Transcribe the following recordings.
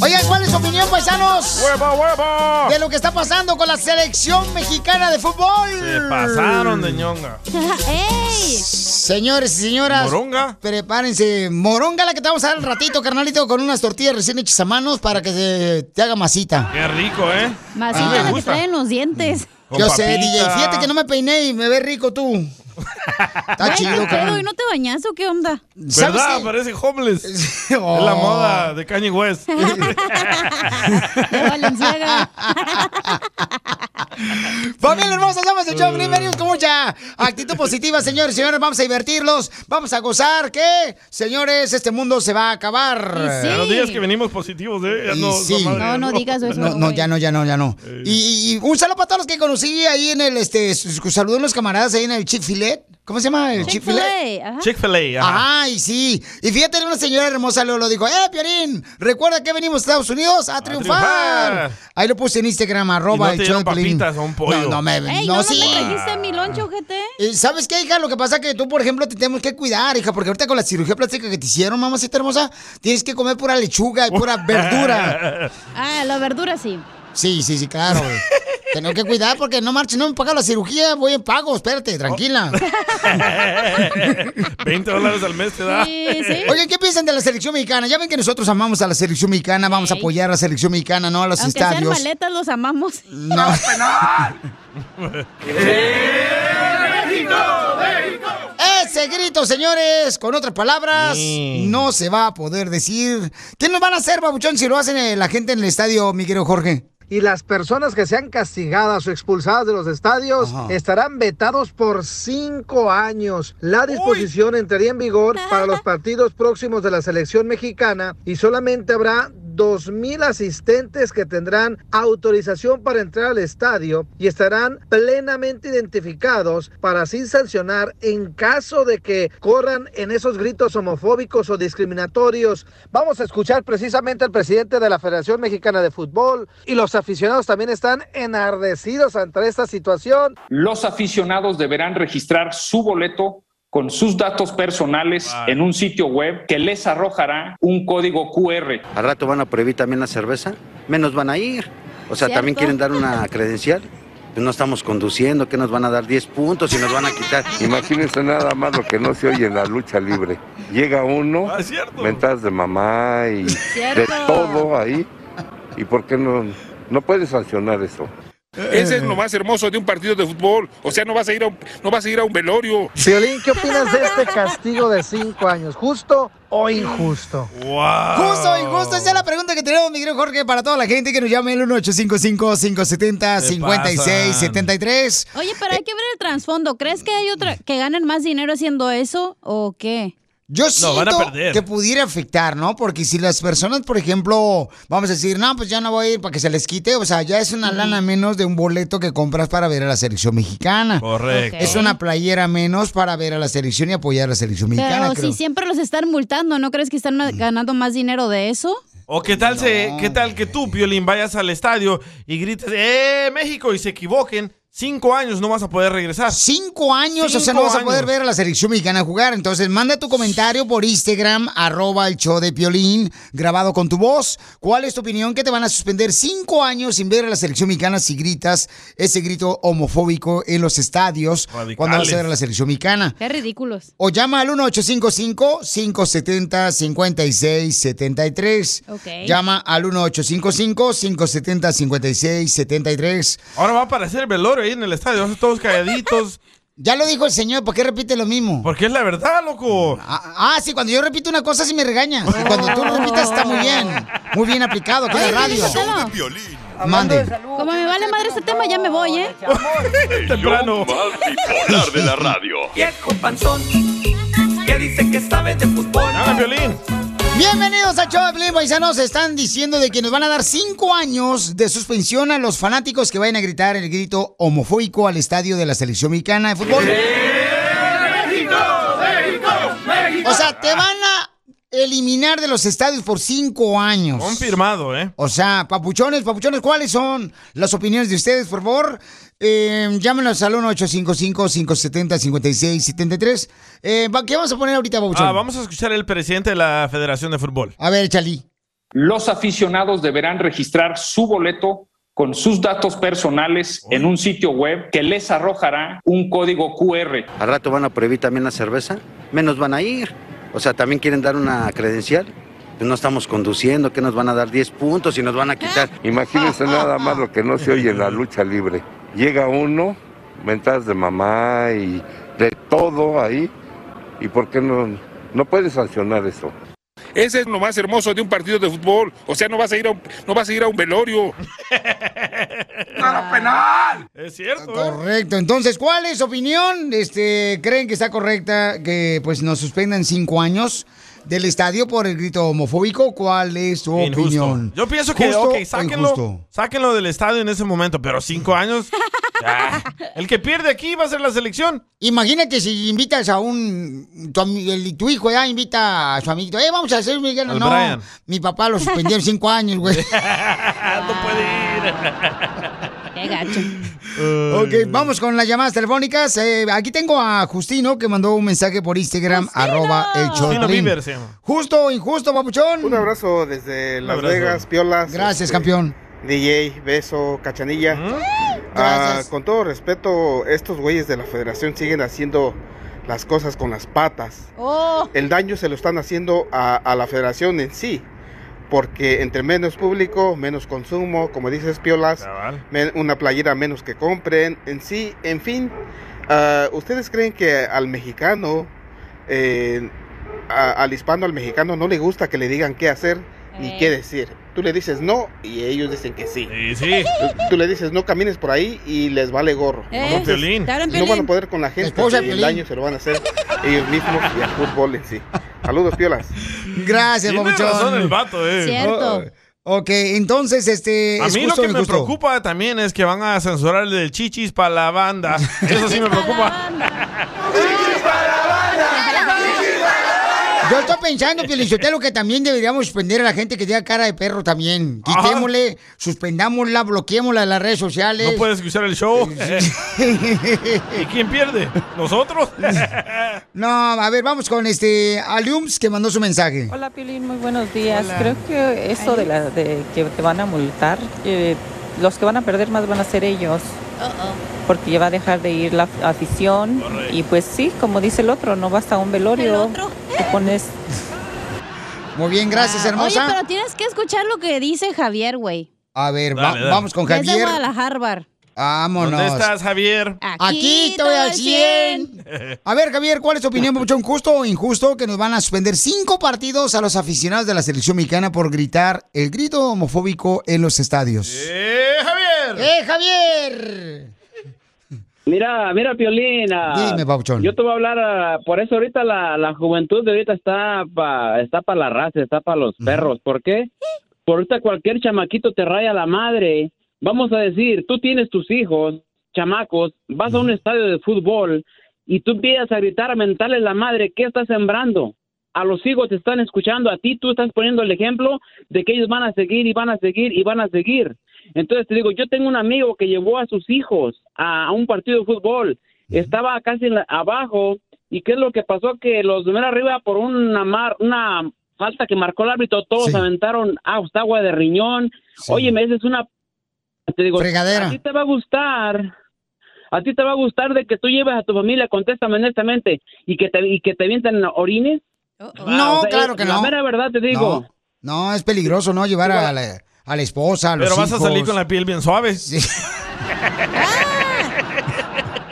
Oigan, ¿cuál es su opinión, paisanos? ¡Huevo, huevo! De lo que está pasando con la selección mexicana de fútbol. Se pasaron de ñonga. ¡Ey! Señores y señoras. ¿Moronga? Prepárense. Moronga la que te vamos a dar al ratito, carnalito, con unas tortillas recién hechas a manos para que se te haga masita. Qué rico, ¿eh? Masita Ah. la que traen los dientes. Yo sé, DJ. Fíjate que no me peiné y me ve rico tú. Está Güey, ¿qué chido, pedo? carnal. ¿Y no te bañas o qué onda? ¿Verdad? Parece homeless. Es Oh. la moda de Kanye West. Familia hermosa, somos el show. Bienvenidos con mucha actitud positiva, señores y señores. Vamos a divertirlos, vamos a gozar, que, señores, este mundo se va a acabar. A Eh, Los días que venimos positivos, ¿eh? Ya Y no, Eh. sí. esa madre, No, no digas eso. No, no, ya no, ya no, ya no. Y, y- y un saludo para todos los que conocí ahí en el, este, s- saludo a los camaradas ahí en el Chick-fil-A. ¿Cómo se llama el Chick-fil-A, Chick-fil-A? ajá. Chick-fil-A, Ajá. ajá. Ay, sí. Y fíjate, una señora hermosa lo, lo dijo, eh, Piorín, recuerda que venimos a Estados Unidos a triunfar. triunfar. Ahí lo puse en Instagram, arroba no te el show dieron de Piolín. papitas o un pollo. No, no me, Ey, no, no, sí. me trajiste mi lonche, ojete. Eh, ¿Sabes qué, hija? Lo que pasa es que tú, por ejemplo, te tenemos que cuidar, hija, porque ahorita con la cirugía plástica que te hicieron, mamacita hermosa, tienes que comer pura lechuga y pura verdura. Ah, la verdura sí. Sí, sí, sí, claro, güey. Tengo que cuidar porque no marches, no me paga la cirugía, voy en pago, espérate, tranquila. 20 dólares al mes te da. Oye, ¿qué piensan de la selección mexicana? Ya ven que nosotros amamos a la selección mexicana, vamos a apoyar a la selección mexicana, no a los Aunque sean estadios. maletas, los amamos. No. Ese grito, señores, con otras palabras, no se va a poder decir. ¿Qué nos van a hacer, babuchón, si lo hacen eh, la gente en el estadio, mi querido Jorge? y las personas que sean castigadas o expulsadas de los estadios estarán vetados por cinco años. La disposición entraría en vigor para los partidos próximos de la selección mexicana y solamente habrá 2.000 asistentes que tendrán autorización para entrar al estadio y estarán plenamente identificados para así sancionar en caso de que corran en esos gritos homofóbicos o discriminatorios. Vamos a escuchar precisamente al presidente de la Federación Mexicana de Fútbol y los aficionados también están enardecidos ante esta situación. los aficionados deberán registrar su boleto con sus datos personales en un sitio web que les arrojará un código QR. Al rato van a prohibir también la cerveza, menos van a ir. O sea, también Cierto. quieren dar una credencial. Pues no estamos conduciendo, que nos van a dar 10 puntos y nos van a quitar. Imagínense nada más lo que no se oye en la lucha libre. Llega uno, mentas de mamá y de Cierto. todo ahí. ¿Y por qué no, no pueden sancionar eso? Ese es lo más hermoso de un partido de fútbol. O sea, no vas a ir a un, no vas a ir a un velorio. Violín, ¿qué opinas de este castigo de cinco años? ¿Justo o injusto? Justo, injusto, esa es Oh. la pregunta que tenemos, mi querido Jorge, para toda la gente que nos llame el 1855-570-5673. Oye, pero hay que ver el trasfondo. ¿Crees que hay otra que ganan más dinero haciendo eso o qué? Yo No, siento van a perder. que pudiera afectar, ¿no? Porque si las personas, por ejemplo, vamos a decir, no, pues ya no voy a ir para que se les quite, o sea, ya es una lana menos de un boleto que compras para ver a la selección mexicana. Correcto. Es una playera menos para ver a la selección y apoyar a la selección mexicana, Pero creo. Mm. si siempre los están multando, ¿no crees que están ma- ganando más dinero de eso? O qué tal, se, qué tal que tú, Piolín, vayas al estadio y grites, ¡eh, México! Y se equivoquen. Cinco años no vas a poder regresar. Cinco años, o sea, no vas a poder ver a la selección mexicana jugar. Entonces, manda tu comentario por Instagram, arroba el show de Piolín, grabado con tu voz. ¿Cuál es tu opinión? Que te van a suspender cinco años sin ver a la selección mexicana si gritas ese grito homofóbico en los estadios cuando vas a ver a la selección mexicana? Qué ridículos. O llama al 1-855-570-5673. Ok. Llama al 1-855-570-5673. Ahora va a aparecer el velorio ahí en el estadio. Vamos a estar todos calladitos. Ya lo dijo el señor, ¿por qué repite lo mismo? Porque es la verdad, loco. Ah, ah, sí, cuando yo repito una cosa sí me regañas. Y cuando tú lo repitas está muy bien. Muy bien aplicado aquí en la radio. Mande. Como me vale madre este tema, ya me voy, ¿eh? El show más bipolar de la radio. Viejo panzón. ¿Qué dice que sabe de fútbol? Piolín! Bienvenidos a Choplin, paisanos. Están diciendo de que nos van a dar cinco años de suspensión a los fanáticos que vayan a gritar el grito homofóbico al estadio de la selección mexicana de fútbol. México, México, México. O sea, te van a eliminar de los estadios por cinco años. Confirmado, ¿eh? O sea, papuchones, papuchones, ¿cuáles son las opiniones de ustedes, por favor? Eh, llámenos al 1-855-570-5673. Eh, va- ¿Qué vamos a poner ahorita, papuchón? Ah, vamos a escuchar el presidente de la Federación de Fútbol. A ver, Chalí. Los aficionados deberán registrar su boleto con sus datos personales en un sitio web que les arrojará un código QR. Al rato van a prohibir también la cerveza, menos van a ir. O sea, también quieren dar una credencial. Pues no estamos conduciendo, que nos van a dar 10 puntos y nos van a quitar. Imagínense nada más lo que no se oye en la lucha libre. Llega uno, mentadas de mamá y de todo ahí. ¿Y por qué no, no puede sancionar eso? Ese es lo más hermoso de un partido de fútbol. O sea, no vas a ir a un, no vas a ir a un velorio. penal! Es cierto. ¿eh? Correcto. Entonces, ¿cuál es su opinión? Este, ¿Creen que está correcta que pues nos suspendan cinco años del estadio por el grito homofóbico? ¿Cuál es su Injusto. opinión? Yo pienso que, ¿Justo ok, o injusto? sáquenlo, sáquenlo del estadio en ese momento, pero cinco años. ya. El que pierde aquí va a ser la selección. Imagínate si invitas a un. Tu, ami- el- tu hijo ya invita a su amiguito. ¡Eh, vamos a hacer Miguel! Al No, Brian. mi papá lo suspendió en cinco años, güey. Qué gacho. ok, vamos con las llamadas telefónicas. Eh, aquí tengo a Justino que mandó un mensaje por Instagram, arroba el show de Justino Piolín. Bieber se llama. Justo o injusto, papuchón. Un abrazo desde Las abrazo. Vegas, Piolas. Gracias, este, campeón. DJ, beso, cachanilla. Mm. Ah, Gracias. con todo respeto, estos güeyes de la federación siguen haciendo las cosas con las patas. Oh. El daño se lo están haciendo a, a la federación en sí. Porque entre menos público, menos consumo, como dices, Piolas, men- una playera menos que compren, en sí, en fin. ah, ¿Ustedes creen que al mexicano eh, a- al hispano, al mexicano, no le gusta que le digan qué hacer Eh. ni qué decir. Tú le dices no y ellos dicen que sí. Tú, tú le dices no camines por ahí y les vale gorro. Eh, Como Piolín. te hablan, no van a Piolín. poder con la gente esposa de y el Piolín. daño se lo van a hacer ellos mismos y al fútbol en sí. Saludos, piolas. Gracias, Tiene papuchón. razón el vato, eh. Cierto. Oh, ok, entonces, este. A ¿es mí lo justo o que me injusto? preocupa también es que van a censurar el del chichis para la banda. Eso sí me preocupa. Yo estoy pensando, Pielichotelo, que también deberíamos suspender a la gente que tenga cara de perro también. Quitémosle, suspendámosla, bloqueémosla de las redes sociales. No puedes escuchar el show. ¿Y quién pierde? ¿Nosotros? No, a ver, vamos con este Aliums que mandó su mensaje. Hola Pilín, muy buenos días. Hola. Creo que eso de, la, de que te van a multar, que los que van a perder más van a ser ellos, porque ya va a dejar de ir la af- afición. Y pues sí, como dice el otro, no vas a un velorio, te pones... Ah. Muy bien, gracias, hermosa. Oye, pero tienes que escuchar lo que dice Javier, güey. A ver, va- Dale, dale. vamos con Es de Javier. Guadalajara. Vámonos. ¿Dónde estás, Javier? Aquí estoy al 100. A ver, Javier, ¿cuál es tu opinión, Papuchón? ¿Justo o injusto que nos van a suspender cinco partidos a los aficionados de la selección mexicana por gritar el grito homofóbico en los estadios? ¡Eh, Javier! ¡Eh, Javier! Mira, mira, Piolín. ah, Dime, Pauchón. Yo te voy a hablar, ah, por eso ahorita la, la juventud de ahorita está para está pa la raza, está para los perros. ¿Por qué? Por ahorita cualquier chamaquito te raya la madre. Vamos a decir, tú tienes tus hijos, chamacos, vas a un estadio de fútbol y tú empiezas a gritar, a mentarles la madre, ¿qué estás sembrando? A los hijos te están escuchando, a ti tú estás poniendo el ejemplo de que ellos van a seguir y van a seguir y van a seguir. Entonces te digo, yo tengo un amigo que llevó a sus hijos a, a un partido de fútbol, estaba casi en la- abajo y qué es lo que pasó que los de mera arriba por una mar, una falta que marcó el árbitro, todos aventaron ah, hasta agua de riñón. Oye, esa es una te digo, a ti te va a gustar a ti te va a gustar de que tú lleves a tu familia, contéstame honestamente, y que te, y que te avientan orines. Ah, No, claro que La no. mera verdad te digo. No, no, es peligroso, ¿no? Llevar a la, a la esposa, a los Pero vas a hijos. salir con la piel bien suave.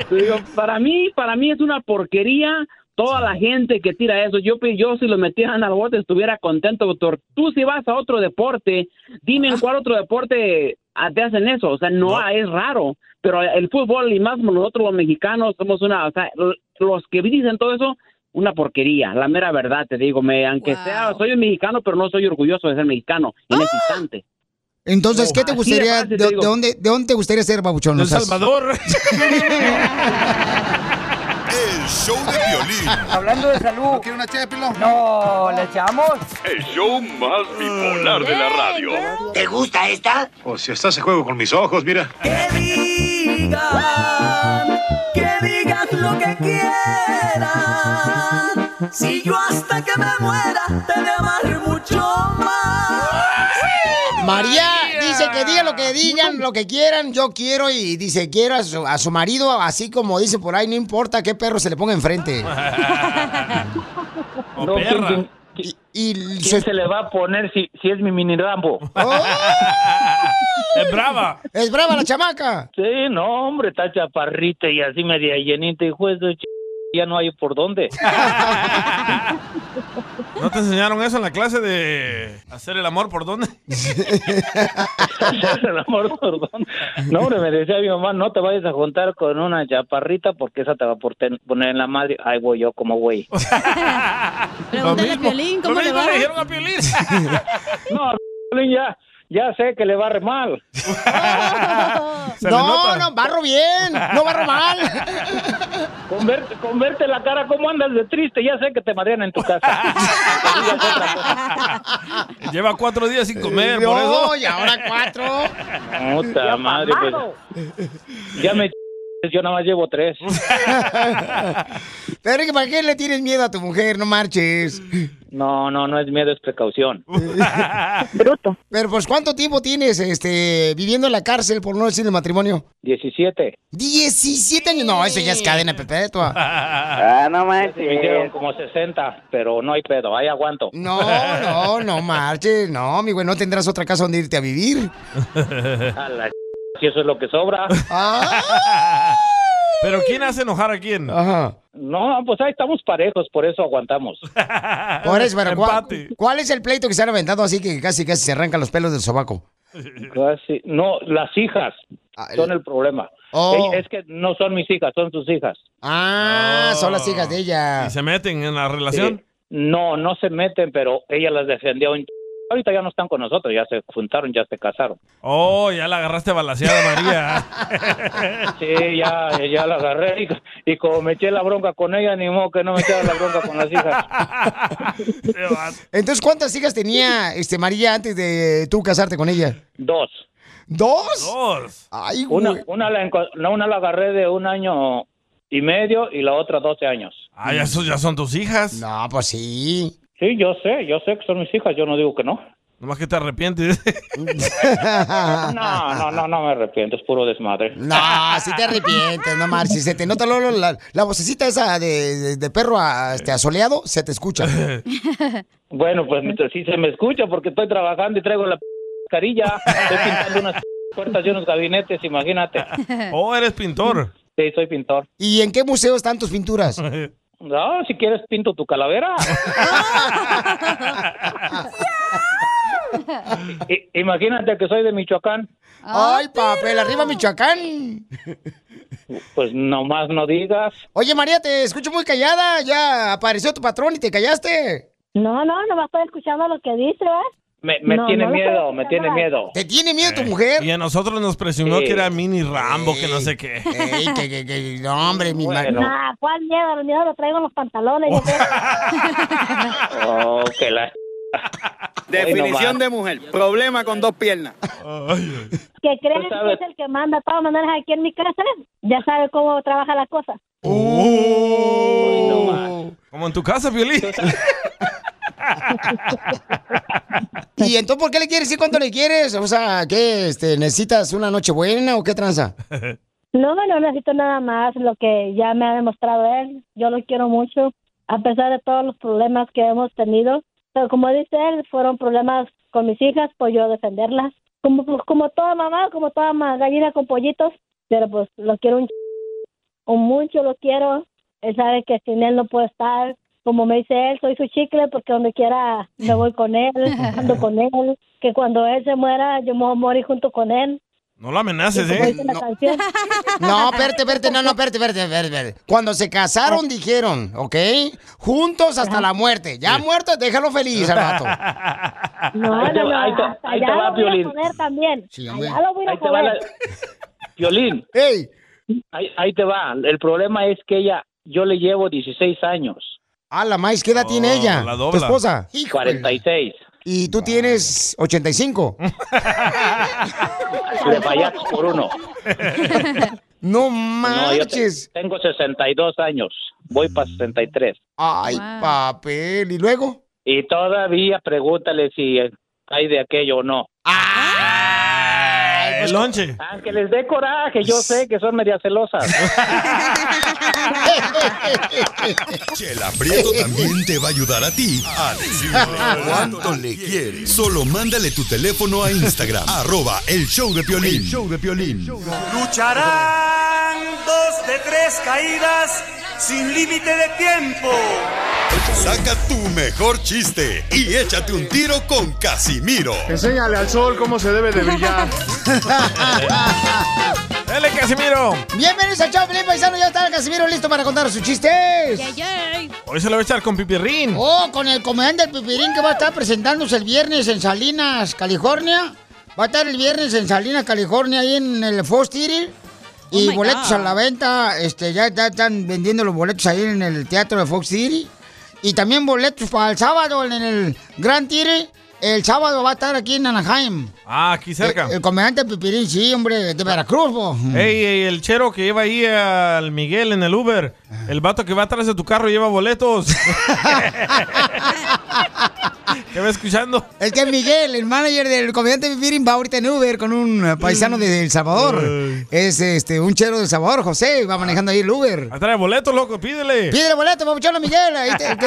Te digo, para mí, para mí es una porquería toda la gente que tira eso. Yo, pe- yo si lo metieran al bote estuviera contento, doctor. Tú si vas a otro deporte, dime en cuál otro deporte ah, te hacen eso. O sea, no, ah, es raro. Pero el fútbol y más nosotros los mexicanos somos una, o sea, l- los que dicen todo eso, una porquería. La mera verdad te digo, me, aunque sea, soy un mexicano, pero no soy orgulloso de ser mexicano en ese instante. Oh, Entonces, ¿qué te Así de gustaría, fácil de, te digo. de dónde, de dónde te gustaría ser, babuchón? No El seas- Salvador. El show de violín. Hablando de salud. ¿No una No, ¿le echamos? El show más bipolar de la radio. ¿Te gusta esta? O si estás en juego con mis ojos, mira. Que digas lo que quieras. Si yo hasta que me muera te de amar mucho más. María dice que diga lo que digan, lo que quieran, yo quiero y dice, quiero a su, a su marido, así como dice por ahí, no importa qué perro se le ponga enfrente. No, ¿quién- perra. quién- ¿Quién se... le va a poner si, si es mi mini Rambo? ¡Es brava! ¡Es brava la chamaca! Sí, no, hombre, está chaparrita y así media llenita y juez de ch... ya no hay por dónde. ¿No te enseñaron eso en la clase de hacer el amor por dónde? El amor por dónde. No, hombre, me decía mi mamá, no te vayas a juntar con una chaparrita porque esa te va a porten- poner en la madre. Ahí voy yo como güey. Pregúntale a Piolín cómo le va. No, Piolín ya, ya sé que le va re mal. le No, nota. no, barro bien, no barro mal. Converte, converte la cara, ¿cómo andas de triste? Ya sé que te marean en tu casa. Lleva cuatro días sin comer, No, por eso. y ahora cuatro. Puta madre, pues. Ya me ch- yo nada más llevo tres. Pero es que ¿para qué le tienes miedo a tu mujer? No marches. No, no, no es miedo, es precaución. Bruto. Pero pues ¿cuánto tiempo tienes este viviendo en la cárcel por no decir el matrimonio? 17. 17 años. No, eso ya es cadena perpetua. Ah, no manches. Me hicieron como 60, pero no hay pedo, ahí aguanto. No, no, no marches. No, mi güey, no tendrás otra casa donde irte a vivir. A la ch- si eso es lo que sobra. ¡Ah! Pero ¿quién hace enojar a quién? No, pues ahí estamos parejos, por eso aguantamos. Por eso, pero ¿cuál, cuál es el pleito que se han aventado así que casi casi se arrancan los pelos del sobaco? Casi. Ah, No, las hijas son el problema. Ah, Oh. Es es que no son mis hijas, son sus hijas. Ah, son las hijas de ella. Oh. ¿Y se meten en la relación? Sí. No, no se meten, pero ella las defendió. un ch- Ahorita ya no están con nosotros, ya se juntaron, ya se casaron. Oh, ya la agarraste balaseada, María. Sí, ya, ya la agarré y, y como me eché la bronca con ella, ni modo que no me echara la bronca con las hijas. Entonces, ¿cuántas hijas tenía este María antes de tú casarte con ella? Dos. ¿Dos? Dos. Ay, una, güey. una, la, enco- no, una la agarré de un año y medio y la otra 12 años. Ah, ya, esos ya son tus hijas. No, pues sí. Sí, yo sé, yo sé que son mis hijas, yo no digo que no. Nomás que te arrepientes. No, no, no, no me arrepiento, es puro desmadre. No, si Ah, te arrepientes, no marches. Se te nota luego la, la vocecita esa de, de- de perro a- este, asoleado, se te escucha. Bueno, pues si se me escucha porque estoy trabajando y traigo la p- carilla. Estoy pintando unas p- puertas y unos gabinetes, imagínate. Oh, eres pintor. Sí, soy pintor. ¿Y en qué museo están tus pinturas? No, si quieres pinto tu calavera. I- imagínate que soy de Michoacán. Ah, Ay, papel, arriba Michoacán. Pues nomás no digas. Oye, María, te escucho muy callada. Ya apareció tu patrón y te callaste. No, no, nomás estoy escuchando lo que dice, ¿ves? Me, me No, tiene no lo miedo, puedo me tiene miedo. ¿Te tiene miedo tu mujer? Eh, Y a nosotros nos presionó Sí. que era mini Rambo, que no sé qué. Ey, que, que, que- no, hombre, mi Bueno. mar- Nah, Ah, ¿cuál miedo? El miedo lo traigo en los pantalones. yo creo. Oh, que la... Definición de mujer. Problema con dos piernas. que creen Tú que sabes. es el que manda todas maneras aquí en mi casa, ya sabe cómo trabaja la cosa. Uh, Como en tu casa, Violín. ¿Y entonces por qué le quieres decir cuánto le quieres? O sea, ¿qué? Este, ¿Necesitas una noche buena o qué tranza? No, bueno, no necesito nada más lo que ya me ha demostrado él. Yo lo quiero mucho, a pesar de todos los problemas que hemos tenido. Pero como dice él, fueron problemas con mis hijas, pues yo defenderlas. Como, pues, como toda mamá, como toda ma- gallina con pollitos. Pero pues lo quiero un, ch- un mucho, lo quiero. Él sabe que sin él no puedo estar. Como me dice él, soy su chicle porque donde quiera me voy con él, ando con él. Que cuando él se muera, yo me voy a morir junto con él. No lo amenaces, Como ¿eh? dice la canción. No, espérate, espérate, no, no, espérate, espérate, espérate, espérate. Cuando se casaron dijeron, ¿ok? Juntos hasta la muerte. Ya muerto, déjalo feliz al vato. No, Ahí te- no, no, ahí te- hasta ahí te allá va, lo voy Piolín. a poner también. hombre. allá lo voy a Ahí te va poner. la- Violín. Ahí, ahí te va. El problema es que ella, yo le llevo 16 años. Ah, la maíz, ¿qué edad tiene ella? la ¿Tu dobla. esposa? 46. Y tú tienes 85. Le fallaste por uno. No No, yo te- marches. tengo 62 años. Voy para 63. Ay, papel. ¿Y luego? Y todavía pregúntale si hay de aquello o no. El lonche. Aunque Pues, ah, les dé coraje, yo sé que son media celosas. Chela Prieto también te va a ayudar a ti a decirle cuánto le quieres. Solo mándale tu teléfono a Instagram, arroba el show de Piolín. show de Piolín. Lucharán dos de tres caídas sin límite de tiempo. Saca tu mejor chiste y échate un tiro con Casimiro. Enséñale al sol cómo se debe de brillar. Dale, Casimiro. Bienvenidos a Chau, Felipe Paisano. Ya está el Casimiro listo para contar sus chistes. Hoy se lo voy a echar con Pipirrín. Oh, con el comediante del Pipirín que va a estar presentándose el viernes en Salinas, California. Va a estar el viernes en Salinas, California, ahí en el Fox Theater. Y Oh my boletos God. a la venta, este, ya, ya están vendiendo los boletos ahí en el teatro de Fox City. Y también boletos para el sábado en el Grand Theater. El sábado va a estar aquí en Anaheim. Ah, aquí cerca. El, el comediante Pipirín, sí, hombre, de Veracruz, po. Ey, ey, el chero que lleva ahí al Miguel en el Uber. El vato que va atrás de tu carro lleva boletos. ¿Qué va escuchando? Es que Miguel, el manager del comediante Pipirín, va ahorita en Uber con un eh, paisano de El Salvador. Es este un chero de El Salvador, José, va manejando ahí el Uber. Atrás boletos, loco, pídele. Pide el boleto, papuchón, a Miguel. ahí te- el, que,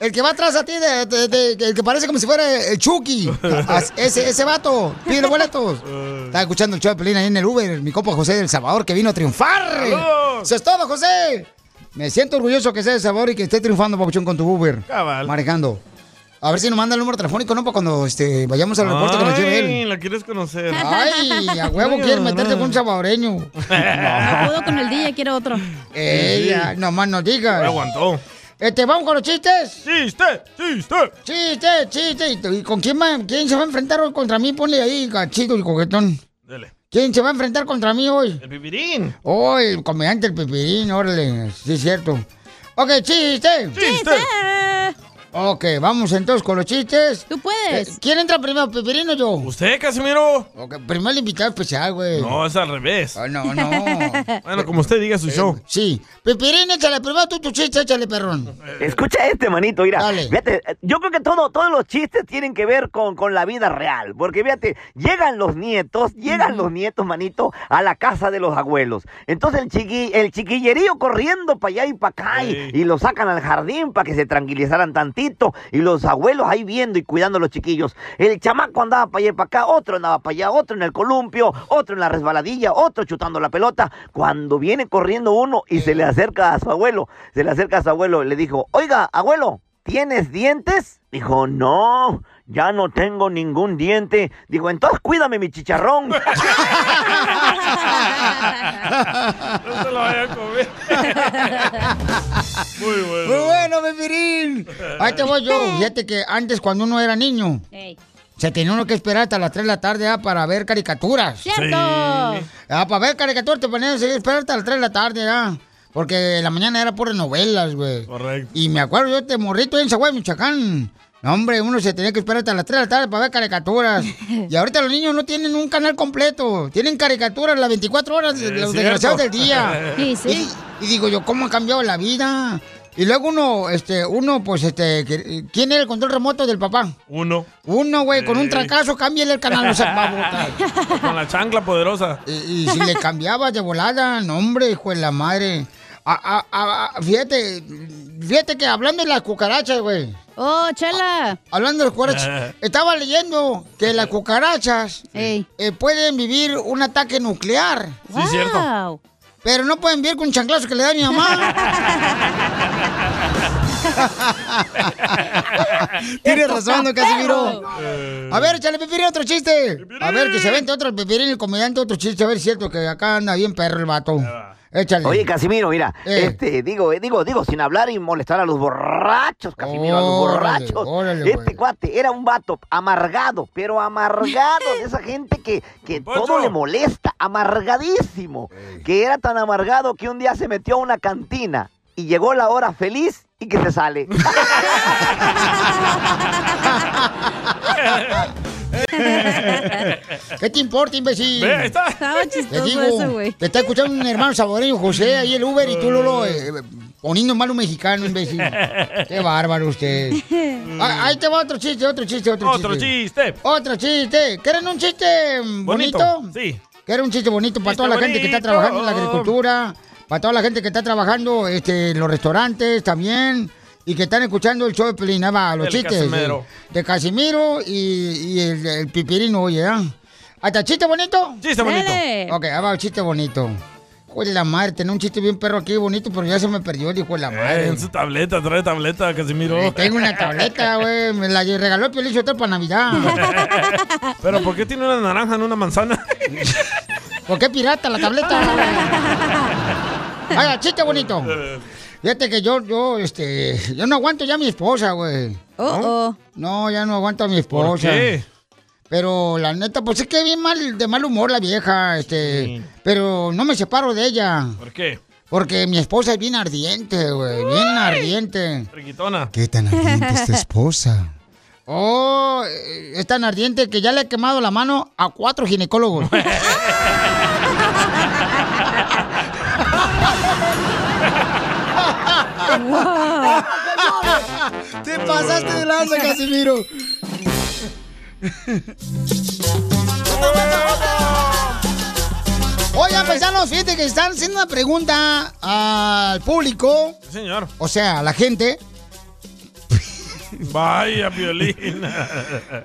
el que va atrás a ti, de- de- de- el que parece como si fuera el Chucky. As- Ese, ese vato, pide los boletos. Estaba escuchando el show de Pelín ahí en el Uber, mi compa José del Salvador, que vino a triunfar. ¡Salud! Eso es todo, José. Me siento orgulloso que sea de Salvador y que esté triunfando, papuchón, con tu Uber. Cabal. Manejando. A ver si nos manda el número telefónico, ¿no? Para cuando este, vayamos al aeropuerto que nos lleve él. Ay, la quieres conocer. Ay, a huevo quieres meterte con un salvadoreño. No puedo con el DJ, quiero otro. Ella, nomás no digas. Me aguantó. Este, vamos con los chistes. Chiste, chiste. Chiste, chiste. ¿Y- ¿Y con quién, va- quién se va a enfrentar hoy contra mí? Ponle ahí, gachito y coquetón. Dale. ¿Quién se va a enfrentar contra mí hoy? El pipirín. Oh, el comediante, el pipirín, órale. Sí, es cierto. Ok, chiste. Chiste. Ok, vamos entonces con los chistes. Eh, Tú puedes. ¿Quién entra primero, pipirín o yo? ¿Usted, Casimiro? Ok, primero el invitado especial, güey. No, es al revés. no, no. Eh, Bueno, como usted diga su show. Sí. Pipirín, échale primero tú tu chiste, échale, perrón. Escucha este, manito, mira. Dale. Fíjate, eh, yo creo que todo, todos los chistes tienen que ver con, con la vida real. Porque fíjate, llegan los nietos, llegan los nietos, manito, a la casa de los abuelos. Entonces el, chiqui, el chiquillerío corriendo para allá y para acá y- y, los sacan al jardín para que se tranquilizaran tantito. Y los abuelos ahí viendo y cuidando a los chiquillos. El chamaco andaba para allá y para acá, otro andaba para allá, otro en el columpio, otro en la resbaladilla, otro chutando la pelota. Cuando viene corriendo uno y se le acerca a su abuelo, se le acerca a su abuelo y le dijo, oiga, abuelo, ¿tienes dientes? Dijo, no, ya no tengo ningún diente. Dijo, entonces cuídame mi chicharrón. No se lo vaya a comer. Muy bueno. Muy bueno, Pipirín. Ahí te voy yo. Fíjate que antes, cuando uno era niño, se tenía uno que esperar hasta las 3 de la tarde ah, para ver caricaturas. ¡Cierto! Sí. Ah, para ver caricaturas te ponían a esperar hasta las 3 de la tarde, ah. Porque en la mañana era por novelas, güey. Correcto. Y me acuerdo yo de morrito en Chihuahua, Michoacán. No, hombre, uno se tenía que esperar hasta las 3 de la tarde para ver caricaturas. Y ahorita los niños no tienen un canal completo. Tienen caricaturas las 24 horas, de- Es los desgraciados del cierto. día. Sí, sí. Y, y digo yo, ¿cómo ha cambiado la vida? Y luego uno, este, uno, pues, este, que- ¿quién era el control remoto del papá? Uno. Uno, güey, con un Sí. trancazo, cámbiale el canal, no seas babotas. Con la chancla poderosa. Y si le cambiabas de volada, no, hombre, hijo de la madre. A- a- a- fíjate, fíjate que hablando de las cucarachas, güey. Oh, chela. hablando de las cucarachas, estaba leyendo que las cucarachas eh, pueden vivir un ataque nuclear. Sí, es cierto. Pero no pueden vivir con un chanclazo que le da a mi mamá. Tienes razón, don Casimiro. Eh. A ver, échale Pipirín otro chiste. A ver, que se vente otro el Pipirín, el comediante otro chiste. A ver, si es cierto, que acá anda bien perro el vato. Échale. Oye, Casimiro, mira, Eh. este, digo, eh, digo, digo, sin hablar y molestar a los borrachos, Casimiro, a los Órale, pues. borrachos. este cuate era un vato amargado, pero amargado, de esa gente que, que todo le molesta, amargadísimo, que era tan amargado que un día se metió a una cantina y llegó la hora feliz y que se sale. ¿Qué te importa, imbécil? Ve, ahí está. Estaba Te chistoso digo, eso, güey. te está escuchando un hermano saboreño, José, ahí el Uber, y tú, Lolo, eh, Poniendo mal un mexicano, imbécil. Qué bárbaro usted. Ah, ahí te va otro chiste, otro chiste, otro, Otro chiste. Otro chiste. ¿Quieren un chiste bonito? Sí. Quieren un chiste bonito para toda la gente que está bonito. trabajando en la agricultura, para toda la gente que está trabajando este, en los restaurantes también. Y que están escuchando el show de Pelín, Ahí va, los El chistes eh, Casimiro. De, de Casimiro y, y el, el Pipirino, oye, ¿ah? ¿Hasta chiste bonito? Chiste bonito. Dale. Ok, ahí va, chiste bonito. Hijo de la madre, tenía un chiste bien perro aquí bonito, pero ya se me perdió el hijo de la Eh, madre. en su tableta, trae tableta, Casimiro. Tengo una tableta, güey. Me la regaló el Piolín Sotelo para Navidad. Pero ¿por qué tiene una naranja en una manzana? ¿Por qué pirata la tableta? Vaya, chiste bonito. Fíjate que yo, yo, este, yo no aguanto ya a mi esposa, güey. Oh, oh. No, ya no aguanto a mi esposa. qué? Pero la neta, pues es que bien mal, de mal humor la vieja, este. Pero no me separo de ella. ¿Por qué? Porque mi esposa es bien ardiente, güey. Bien ardiente. Riquitona. ¿Qué tan ardiente es tu esposa? Oh, eh, es tan ardiente que ya le he quemado la mano a cuatro ginecólogos. Te pasaste de lanza, Casimiro. Oigan, paisanos, fíjate que están haciendo una pregunta al público, Sí, señor. o sea, a la gente, Vaya, violín.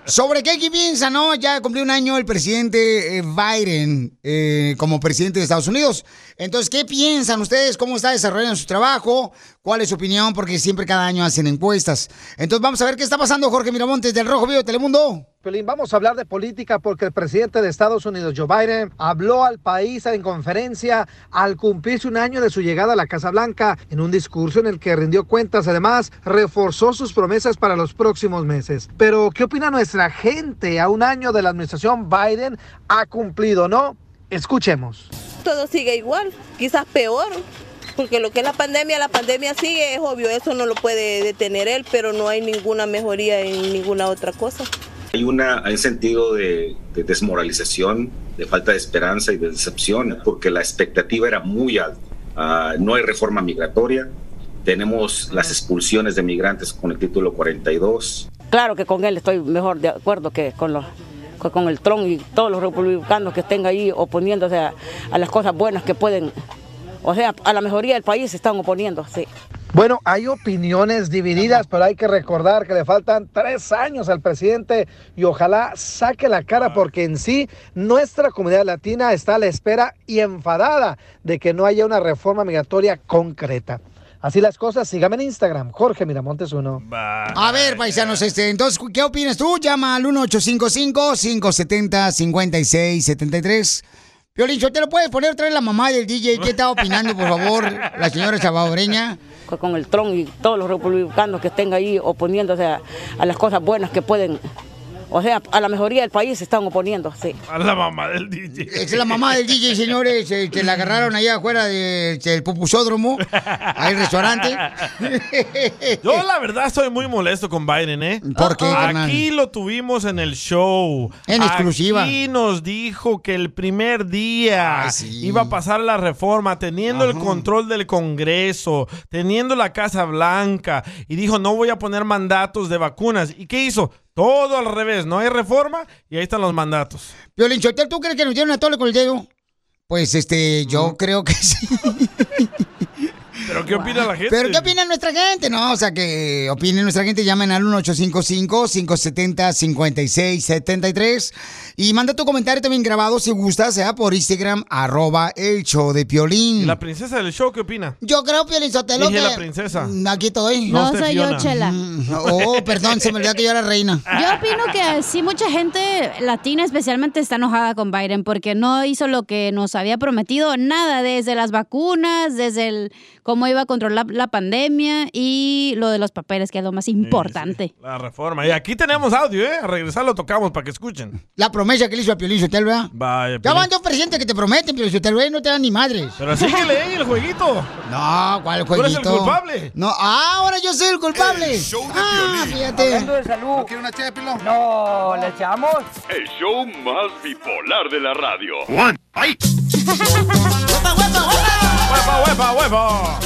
sobre qué aquí piensa, ¿no? Ya cumplió un año el presidente eh, Biden eh, como presidente de Estados Unidos. Entonces, ¿qué piensan ustedes? ¿Cómo está desarrollando su trabajo? ¿Cuál es su opinión? Porque siempre cada año hacen encuestas. Entonces, vamos a ver qué está pasando, Jorge Miramontes, del Rojo Vivo de Telemundo. Piolín, vamos a hablar de política porque el presidente de Estados Unidos, Joe Biden, habló al país en conferencia al cumplirse un año de su llegada a la Casa Blanca en un discurso en el que rindió cuentas. Además, reforzó sus promesas para los próximos meses. Pero, ¿qué opina nuestra gente a un año de la administración Biden? ¿Ha cumplido o no? Escuchemos. todo sigue igual, quizás peor, porque lo que es la pandemia, la pandemia sigue, es obvio, eso no lo puede detener él, pero no hay ninguna mejoría en ninguna otra cosa. Hay, una, hay un sentido de, de desmoralización, de falta de esperanza y de decepción, porque la expectativa era muy alta. Ah, no hay reforma migratoria, tenemos las expulsiones de migrantes con el título 42, Claro que con él estoy mejor de acuerdo que con los que con el Trump y todos los republicanos que estén ahí oponiéndose a, a las cosas buenas que pueden, o sea, a la mejoría del país se están oponiendo, sí. Bueno, hay opiniones divididas, pero hay que recordar que le faltan tres años al presidente y ojalá saque la cara porque en sí nuestra comunidad latina está a la espera y enfadada de que no haya una reforma migratoria concreta. Así las cosas, sígame en Instagram, Jorge Miramontes uno. A ver, paisanos, este, entonces, ¿qué opinas tú? Llama al 1855-570-5673. Piolín, ¿te lo puedes poner otra vez la mamá del DJ? ¿Qué está opinando, por favor, la señora salvadoreña? Que Con el Trump y todos los republicanos que estén ahí oponiéndose a, a las cosas buenas que pueden, o sea, a la mejoría del país se están oponiendo, sí. A la mamá del DJ. Es la mamá del DJ, señores, eh, que la agarraron allá afuera de- este, del pupusódromo, al restaurante. Yo la verdad estoy muy molesto con Biden, ¿eh? ¿Por qué, carnal? Aquí lo tuvimos en el show. En exclusiva. Aquí nos dijo que el primer día iba a pasar la reforma, teniendo el control del Congreso, teniendo la Casa Blanca, y dijo no voy a poner mandatos de vacunas. ¿Y qué hizo? Todo al revés, no hay reforma y ahí están los mandatos. Piolín, Chotel, ¿tú crees que nos dieron a tole con el dedo? Pues, este, yo creo que sí. ¿Pero qué opina la gente? ¿Pero qué opina nuestra gente? No, o sea, que opine nuestra gente. Llamen al 1855-570-5673. Y manda tu comentario también grabado, si gustas, sea por Instagram, arroba el show de Piolín. La princesa del show, ¿qué opina? Yo creo, Piolín Sotelo, Dije que- la princesa. Mm, Aquí estoy. No, No, usted, soy yo, Fiona. Chela. Mm, Oh, perdón, se me olvidó que yo era reina. Yo opino que sí, mucha gente latina especialmente está enojada con Biden porque no hizo lo que nos había prometido, nada, desde las vacunas, desde el cómo iba a controlar la pandemia y lo de los papeles, que es lo más importante. La reforma. Y aquí tenemos audio, ¿eh? A regresar lo tocamos para que escuchen. La promesa que le hizo a Piolín Sotelo, ¿verdad? Vaya, pues. Ya Piolín. van dos presidentes que te prometen, Piolín Sotelo, y no te dan ni madres. Pero sí que leen el jueguito. No, ¿cuál Tú eres el jueguito? culpable. No, ah, ahora yo soy el culpable. ah, fíjate. Hablando de salud. ¿No quiere una ché No, ¿le echamos? El show más bipolar de la radio. Juan. ¡Ay! ¡Huepa, huepa, huepa!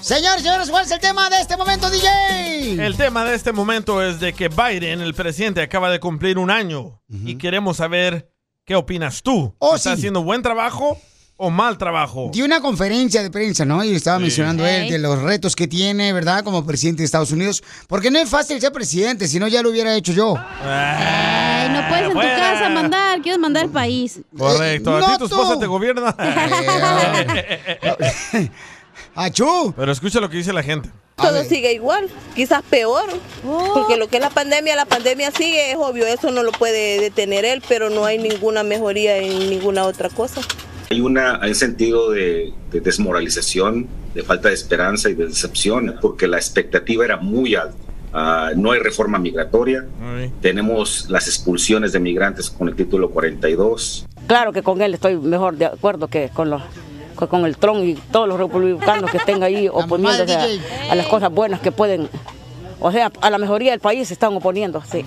Señores, señores, ¿cuál es el tema de este momento, DJ? El tema de este momento es de que Biden, el presidente, acaba de cumplir un año y queremos saber qué opinas tú. ¿Está haciendo buen trabajo o mal trabajo? Dio una conferencia de prensa, ¿no? Y estaba mencionando él Ok. de los retos que tiene, ¿verdad? Como presidente de Estados Unidos. Porque no es fácil ser presidente, si no ya lo hubiera hecho yo. Ay, no puedes en tu casa mandar, quieres mandar al país. Correcto. A ti tu esposa te gobierna. ¡Achú! Pero escucha lo que dice la gente. Todo sigue igual, quizás peor, porque lo que es la pandemia, la pandemia sigue, es obvio, eso no lo puede detener él, pero no hay ninguna mejoría en ninguna otra cosa. Hay, una, hay un sentido de, de desmoralización, de falta de esperanza y de decepción, porque la expectativa era muy alta. Ah, no hay reforma migratoria, tenemos las expulsiones de migrantes con el título 42, Claro que con él estoy mejor de acuerdo que con los que con el Trump y todos los republicanos que estén ahí oponiéndose a- DJ. a, las cosas buenas que pueden, o sea, a la mejoría del país se están oponiendo, sí.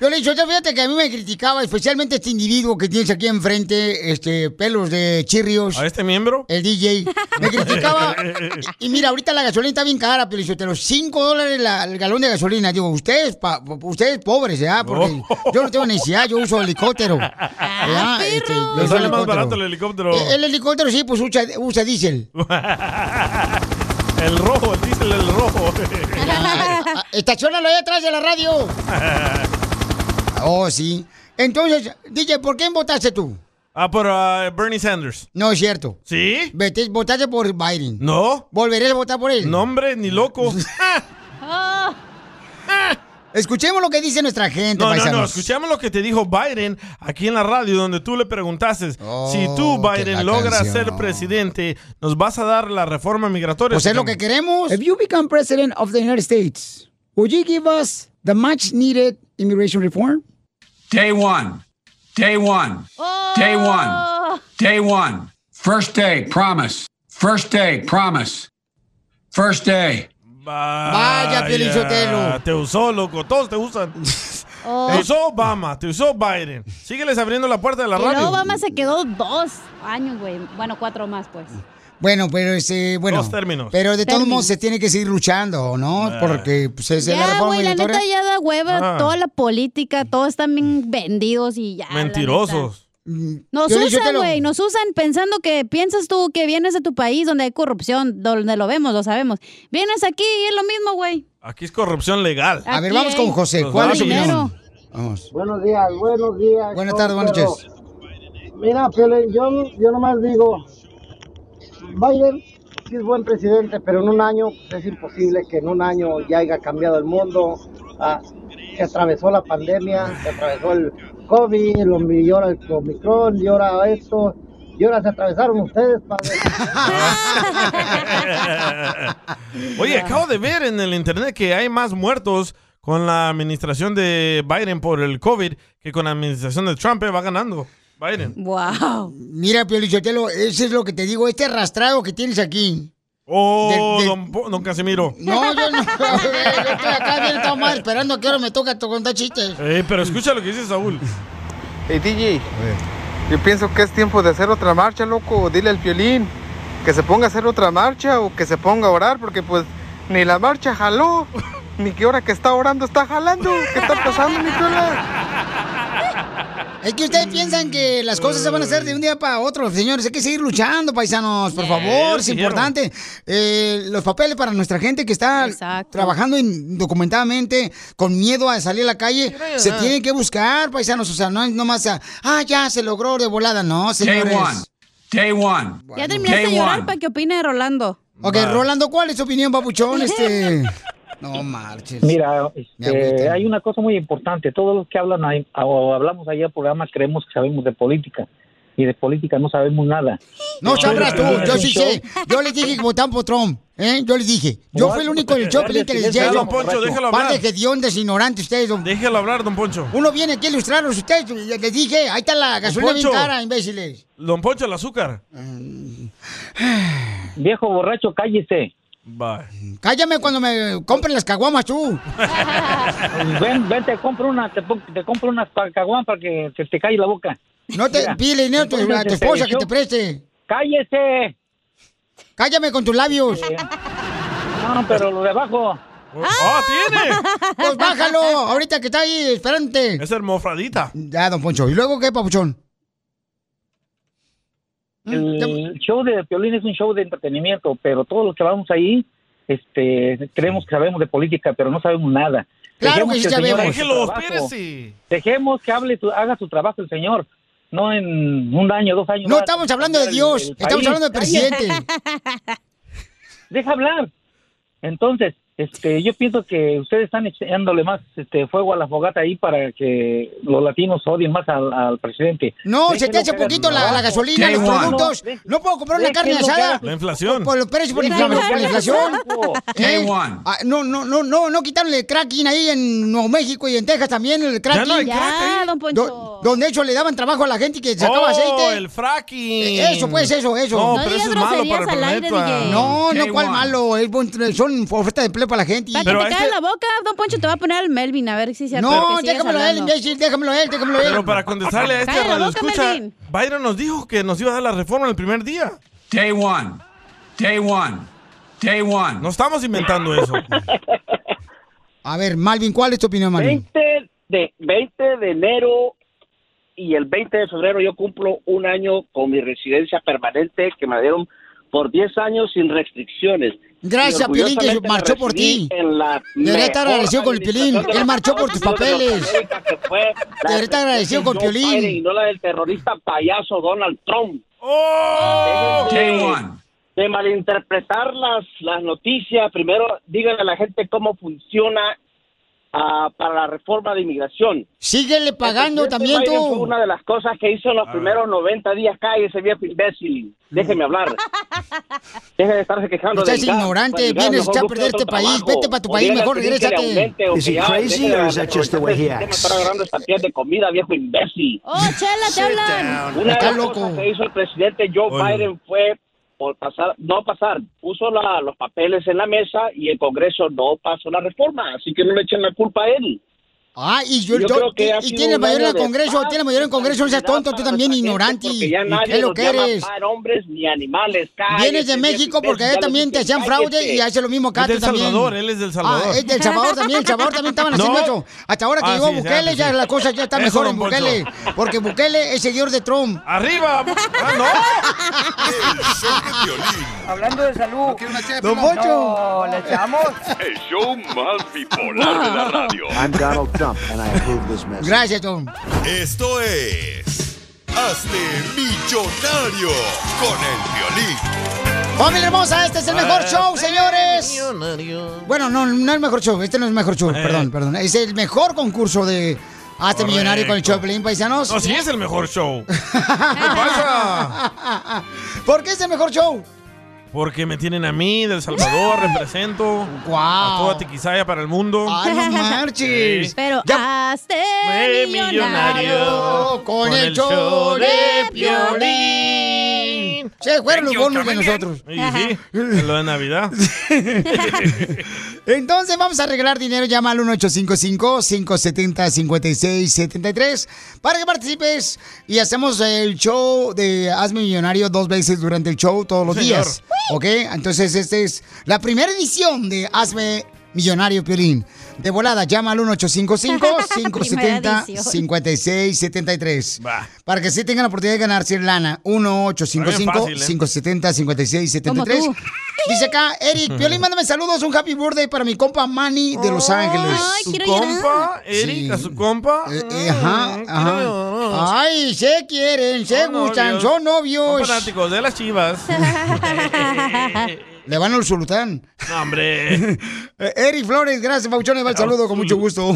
Yo le he dicho, ya fíjate que a mí me criticaba, especialmente este individuo que tienes aquí enfrente, este, pelos de chirrios. ¿A este miembro? El DJ. Me criticaba. Y mira, ahorita la gasolina está bien cara, pero te los 5 dólares la- el galón de gasolina. Digo, ustedes, pa- ustedes pobres, ¿ya? Porque yo no tengo necesidad, yo uso helicóptero. ¿ya? Este, yo Le uso sale más helicóptero. barato el helicóptero. Eh, El helicóptero sí, pues usa, usa diésel. El rojo, el diésel, el rojo. Ah, Estacionalo ahí atrás de la radio. Oh, sí. Entonces, DJ, ¿por quién votaste tú? Ah, por ah, Bernie Sanders. No es cierto. ¿Sí? Vete- votaste por Biden. No. ¿Volveré a votar por él? No, hombre, ni loco. Escuchemos lo que dice nuestra gente, No, no, paisanos. no, escuchamos lo que te dijo Biden aquí en la radio, donde tú le preguntaste, si Oh, tú, Biden, logras ser presidente, ¿nos vas a dar la reforma migratoria? Pues es lo que queremos. If you become president of the United States, would you give us the much needed immigration reform? Day one. Day one. Day one. Day one. First day, promise. First day, promise. First day. Ah, Vaya, Piolín Sotelo. Te usó, loco, todos te usan. Oh. Te usó Obama, te usó Biden. Sígueles abriendo la puerta de la Y luego radio. Obama se quedó dos años, güey. Bueno, cuatro más, pues. Bueno, pero este, bueno. Dos términos. Pero de todos Términos. modos se tiene que seguir luchando, ¿no? Porque pues, es la Ya, reforma Ah, güey, la migratoria. neta ya da hueva. Ah. Toda la política, todos están bien vendidos y ya. la Ah, Mentirosos. neta. Nos Yo le- yo te usan, lo- güey, nos usan pensando que piensas tú que vienes de tu país donde hay corrupción, donde lo vemos, lo sabemos. Vienes aquí y es lo mismo, güey. Aquí es corrupción legal. A ver, vamos con José. Nos ¿Cuál da es su dinero. opinión? Vamos. Buenos días, buenos días. Buenas show, tardes, buenas perro. noches. Mira, Piolín, yo, yo nomás digo, Biden sí es buen presidente, pero en un año pues, es imposible que en un año ya haya cambiado el mundo. Ah, se atravesó la pandemia, se atravesó el COVID, lo, y ahora el Omicron, y ahora esto, y ahora se atravesaron ustedes, padre. Oye, acabo de ver en el internet que hay más muertos con la administración de Biden por el COVID que con la administración de Trump. eh, Va ganando Biden. Wow. Mira, Piolichotelo, eso es lo que te digo, este arrastrado que tienes aquí. Oh, Del- del- don, Po- don Casimiro. No, yo no. yo estoy acá bien tomado esperando a que ahora me toca to- contar chistes. Eh, pero escucha lo que dice Saúl. Hey, DJ. Yo pienso que es tiempo de hacer otra marcha, loco. Dile al violín que se ponga a hacer otra marcha o que se ponga a orar, porque pues ni la marcha jaló, ni que ahora que está orando está jalando. ¿Qué está pasando, Nicolás? Es que ustedes piensan que las cosas se van a hacer de un día para otro, señores. Hay que seguir luchando, paisanos, por favor, es dijeron. importante. Eh, los papeles para nuestra gente que está trabajando indocumentadamente, con miedo a salir a la calle, creo, se ¿no? tienen que buscar, paisanos. O sea, no es nomás, a, ah, ya se logró de volada. No, Day one. señores. Day one. Ya terminaste Day de llorar one. para que opine Rolando. Ok, Rolando, ¿cuál es tu opinión, papuchón? Este... No marches. Mira, este, agüita. hay una cosa muy importante. Todos los que hablan ahí, o hablamos allá al programa creemos que sabemos de política. Y de política no sabemos nada. No Este, sabrás tú, yo Es un sí show. sé. Yo les dije que votaban por Trump. ¿eh? Yo les dije. Yo What? fui el único Eh, del show Pelín, que les decía. Déjalo, yo, Poncho, déjalo par hablar. de hediondos, ignorantes ustedes. don- Déjelo hablar, don Poncho. Uno viene aquí a ilustrarlos ustedes. Les les dije, ahí está la gasolina bien Poncho. cara, imbéciles. Don Poncho, el azúcar. Viejo borracho, cállese. Bye. Cállame cuando me compren las caguamas tú. Ven, ven, te compro una, te, pon- te compro unas para caguán para que se te calle la boca. No te Mira, pide dinero a tu, a tu entonces, esposa que yo- te preste. ¡Cállese! Cállame con tus labios. No, pero lo de abajo. ¡Ah, tiene! Pues bájalo, ahorita que está ahí, esperante. Es hermofradita. Ya, don Poncho. ¿Y luego qué, papuchón? El show de Piolín es un show de entretenimiento, pero todos los que vamos ahí, este, creemos que sabemos de política, pero no sabemos nada. Claro que sí el señor sabemos. haga su Déjelo, trabajo. espérese. Dejemos que hable, su- haga su trabajo el señor, no en un año, dos años. No va a estamos hablando de cambiar el- Dios, el estamos país. hablando del presidente. Deja hablar. Entonces, este, yo pienso que ustedes están echándole más este, fuego a la fogata ahí para que los latinos odien más al, al presidente. No, se te Déjenlo hace que haga poquito su la, la trabajo. gasolina, los productos. No, No puedo comprar una Déjenlo carne que haga asada. su- La inflación. Por, por los precios, por, Déjenlo infla- que por la haga su inflación. trabajo. Eh, Day one. ah, no, no, no, no, no quitaronle cracking ahí en Nuevo México y en Texas también el cracking. no hay Ya, crack ahí. don Poncho. donde de hecho le daban trabajo a la gente que sacaba Oh, aceite. el fracking. Eh, Eso, pues, eso, eso. No, No pero digas eso es malo groserías para el al aire, planeta. DJ. No, no, Day cuál one. malo. Es buen- son ofertas de empleo para la gente. Para que te este- cae la boca, Don Poncho te va a poner el Melvin, a ver si se No, déjamelo a él, imbécil, déjamelo a él, déjamelo a él. Pero para contestarle a este Cállate la radio boca, escucha, Melvin. Byron nos dijo que nos iba a dar la reforma el primer día. Day one. Day one. Day one. No estamos inventando eso. A ver, Malvin, ¿cuál es tu opinión, Malvin? 20 de, 20 de enero y el 20 de febrero yo cumplo un año con mi residencia permanente que me dieron por 10 años sin restricciones. Gracias, Y Piolín, que orgullosamente marchó la por ti. recibí en la Debería estar mejor agradecido con el Piolín. administración Él marchó por tus de la República papeles. de Norteamérica, que fue la Debería estar agradecido de con Joe Piolín. Biden Y no la del terrorista payaso Donald Trump. Day Déjense one. de malinterpretar las, las noticias. Primero, díganle a la gente cómo funciona ah, para la reforma de inmigración. Síguele pagando El presidente también Biden fue tú. Una de las cosas que hizo en los primeros 90 días, cállese viejo imbécil. Déjeme hablar. Deje de estarse quejando. Estás del gas. ignorante, Del gas, vienes mejor ya a busque perder otro este país. trabajo. Vete pa' tu O país, dígale al mejor Piolín que le regrésate. aumente, o Is que he ya crazy deje de or is that just the way he aprovecharse del acts? sistema, estar agarrando estas piezas de comida, viejo imbécil. ¡Oh, chela, te hablan! Una de Está las cosas que hizo el presidente Joe Oye. Biden fue por pasar, no pasar, puso la- los papeles en la mesa y el Congreso no pasó la reforma, así que no le echen la culpa a él. Ah, y yo, Yo yo- creo que ha y sido tiene un mayor en el año de Congreso, tiene mayor en el Congreso, no seas tonto, tú también ignorante. Porque ya ¿Qué nadie es lo nos que llama eres? para hombres ni animales. Vienes de Cállese, México porque imbécil, allá ya también lo te hacían dijiste, fraude cállese. y haces lo mismo acá Es del tú también. Salvador, él es del Salvador. Ah, es del Salvador también, el Salvador también estaban haciendo No. eso. Hasta ahora que Ah, llegó sí, Bukele, sí, ya sí. la cosa ya está Eso, mejor en don Poncho. Bukele. Porque Bukele es seguidor de Trump. ¡Arriba! ¡Ah, Hablando de salud. Don No, Poncho. ¿le echamos? El show más bipolar de la radio. I'm Donald Trump, and I approve this message. Gracias, Tom. Esto es. Hazte millonario con el violín. Familia hermosa, este es el mejor Ah, show, señores. Bueno, no, no es el mejor show, este no es el mejor Eh. show, perdón, perdón. Es el mejor concurso de Hazte Millonario con el show de Pelín, paisanos. No, sí es el mejor show. ¿Por qué es el mejor show? Porque me tienen a mí, del Salvador, represento. A toda Tiquizaya para el mundo. ¡Ay, Ah, no marches! Sí. Pero hazte Fue millonario millonario Con el show de Piolín. Se fueron los Thank you, bonos de coming in. nosotros. Y sí, lo de Navidad. Entonces vamos a regalar dinero. Llama al 1855-570-5673 para que participes. Y hacemos el show de Hazme Millonario dos veces durante el show todos los Señor. días. ¿Ok? Entonces esta es la primera edición de Hazme Millonario Piolín. De volada, llama al 1855-570-5673. Para que sí tengan la oportunidad de ganarse lana. Está bien fácil, 1-855-570-5673. Como Dice acá, Eric, Piolín, mándame saludos, un happy birthday para mi compa Manny de Los Ángeles. su compa, Eric, a su compa. Eh, Mm, Ajá, ajá. Ay, se quieren, se gustan, son Son novios. fanáticos de las chivas. Eh, Le van al sultán. No, hombre. Eh, Eric Flores, gracias, Pauchones, va el saludo con mucho gusto.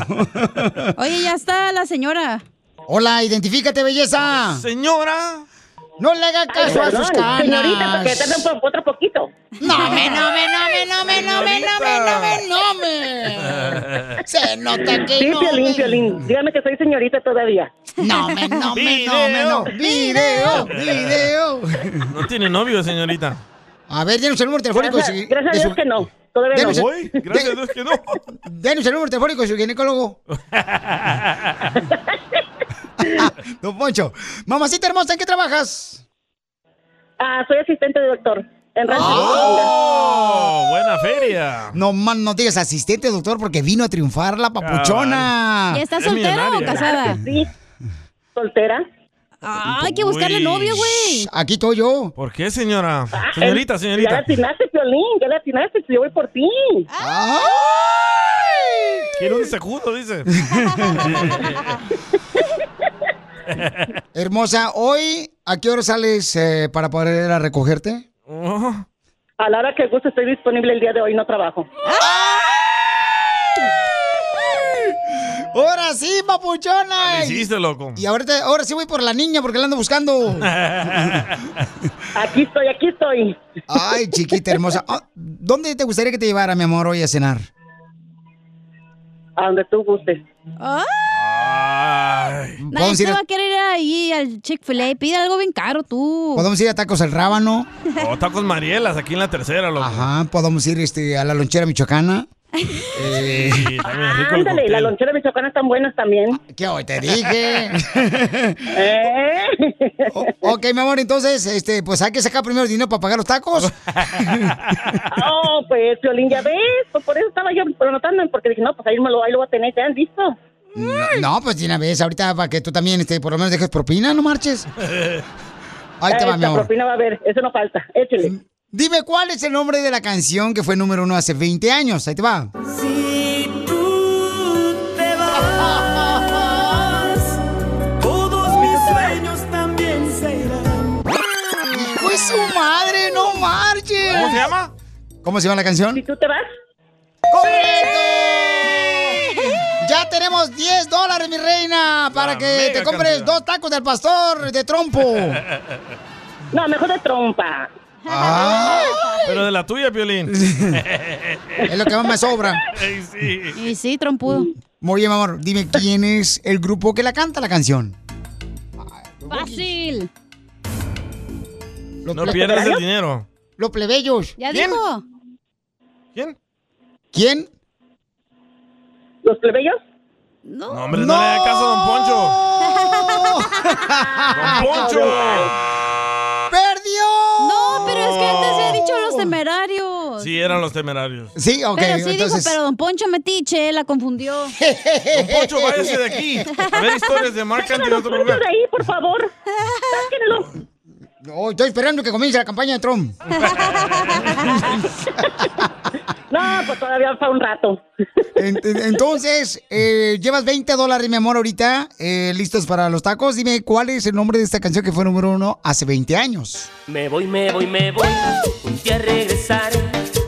Oye, ya está la señora. Hola, identifícate, belleza. Señora. No le haga caso a sus canas. Señorita, porque te dan por otro poquito. No me, no me, no me, no me, no me, no me, no me, no me. Se nota que Sí, Eh, no Piolín, me. Piolín. Dígame que soy señorita todavía. No me, no me, no me, no. Video, video. No tiene novio, señorita. A ver, denos el número telefónico. Gracias- si- gracias a de Dios que no, todavía Denos no. el- Uy, gracias a de- Dios que Denos el número telefónico de su ginecólogo. Don Poncho. Mamacita hermosa, ¿en qué trabajas? Ah, soy asistente de doctor. En Rancho ¡Oh! Buena feria. No más no digas asistente, doctor, porque vino a triunfar la papuchona. ¿Y está soltera o casada? Sí. ¿Soltera? Ah, hay que buscarle Uy. novio, güey. Aquí estoy yo. ¿Por qué, señora? Señorita, Eh, Ya la señorita. atinaste, Piolín, ya la atinaste, pues, yo voy por ti. Quiero un segundo, dice. Hermosa, hoy, ¿a qué hora sales eh, para poder ir a recogerte? A la hora que guste estoy disponible el día de hoy, no trabajo. ¡Ahora sí, papuchona! Ah, Lo hiciste, loco. Y ahorita, ahora sí voy por la niña porque la ando buscando. Aquí estoy, aquí estoy. Ay, chiquita hermosa. Ah, ¿Dónde te gustaría que te llevara, mi amor, hoy a cenar? A donde tú gustes. Nadie Vamos a Ah, se ir a- va a querer ir ahí al Chick-fil-A. Pide algo bien caro, tú. Podemos ir a tacos al rábano. O tacos Marielas aquí en la tercera, loco. Ajá, podemos ir este, a la lonchera michoacana. Eh, Sí, también rico el Ándale, cóctel. las loncheras michoacanas están buenas también. Ah, ¿Qué hoy te dije? Eh. O- ok, mi amor, entonces, este, pues hay que sacar primero el dinero para pagar los tacos. Oh, pues, Piolín, ya ves. Pues por eso estaba yo pronotando, porque dije, no, pues ahí, me lo, ahí lo voy a tener, ya, listo. No, no, pues de una vez, ahorita para que tú también, este, por lo menos dejes propina, no marches. Ahí te va, Esta mi amor. Mm, propina va a haber, eso no falta. Échale. Dime cuál es el nombre de la canción que fue número uno hace 20 años. Ahí te va. Si tú te vas, todos mis sueños también se irán. ¡Hijo Pues de su madre, no marches! ¿Cómo se llama? ¿Cómo se llama la canción? Si tú te vas. ¡Correcto! Ya tenemos 10 dólares, mi reina, para La que mega te compres cantidad. dos tacos del pastor de trompo. No, mejor de trompa. Pero de la tuya, Piolín. Es lo que más me sobra. Ey, sí. Y sí, trompudo. Muy bien, mi amor, dime quién es el grupo que la canta la canción. Fácil. No pierdas el dinero. Los plebeyos. Ya ¿Quién? dijo. ¿Quién? ¿Quién? ¿Los plebeyos? No. No, hombre, no, le haga caso a Don Poncho. ¡Don Ah, Poncho! ¡Perdió! No, pero es que antes había dicho los temerarios. Sí, eran los temerarios. Sí, pero sí dijo, pero don Poncho Metiche la confundió. Don Poncho, váyase eh, de aquí. A ver historias de Mark Anthony en otro lugar. ahí, por favor. No, estoy esperando que comience la campaña de Trump. No, pues todavía fue un rato. entonces, eh, llevas 20 dólares, mi amor, ahorita, eh, listos para los tacos. Dime, ¿cuál es el nombre de esta canción que fue número uno hace 20 años? Me voy, me voy, me voy, un día regresaré.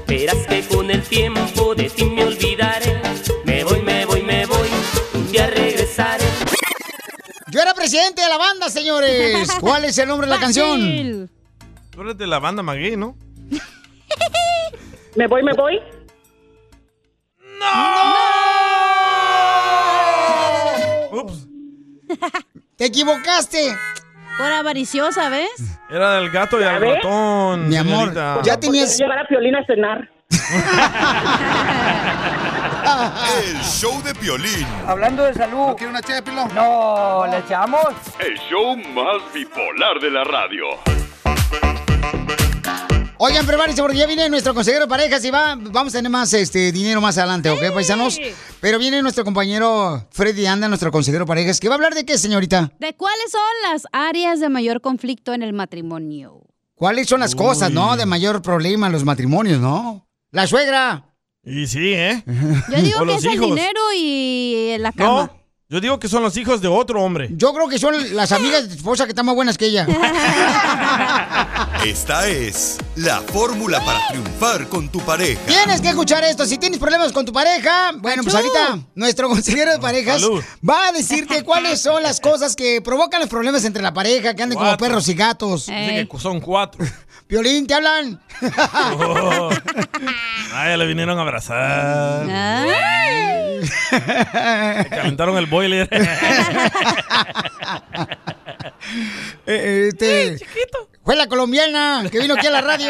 Verás que con el tiempo de ti me olvidaré. Me voy, me voy, me voy, un día regresaré. Yo era presidente de la banda, señores. ¿Cuál es el nombre de la canción? Tú eres de la banda Maguey, ¿no? Me voy, me voy. Ups. ¡Te equivocaste! Por avariciosa, ¿ves? Era del gato y al ves? ratón. Mi amor, señorita. ya tenías- Llevar a Piolín a cenar. El show de Piolín. Hablando de salud. ¿No quiere una ché No, ¿le echamos? El show más bipolar de la radio. Oigan, prepárense porque ya viene nuestro consejero de parejas y va, vamos a tener más este dinero más adelante, ¿ok, paisanos? Pero viene nuestro compañero Freddy Anda, nuestro consejero de parejas, que va a hablar de qué, señorita. ¿De cuáles son las áreas de mayor conflicto en el matrimonio? ¿Cuáles son las cosas, no? De mayor problema en los matrimonios, ¿no? La suegra. Y sí, ¿eh? Yo digo O que los es el hijos. dinero y la cama. No, yo digo que son los hijos de otro hombre. Yo creo que son las amigas de tu esposa que están más buenas que ella. Esta es la fórmula para triunfar con tu pareja. Tienes que escuchar esto. Si tienes problemas con tu pareja, bueno, pues Achú. ahorita nuestro consejero de parejas Salud. va a decirte cuáles son las cosas que provocan los problemas entre la pareja, que anden como Cuatro. perros y gatos. Pues, Dice que son cuatro. Violín, te hablan. Oh. Ay, Ah, ya le vinieron a abrazar. Ah. Le calentaron el boiler. Eh, este, Fue la colombiana que vino aquí a la radio.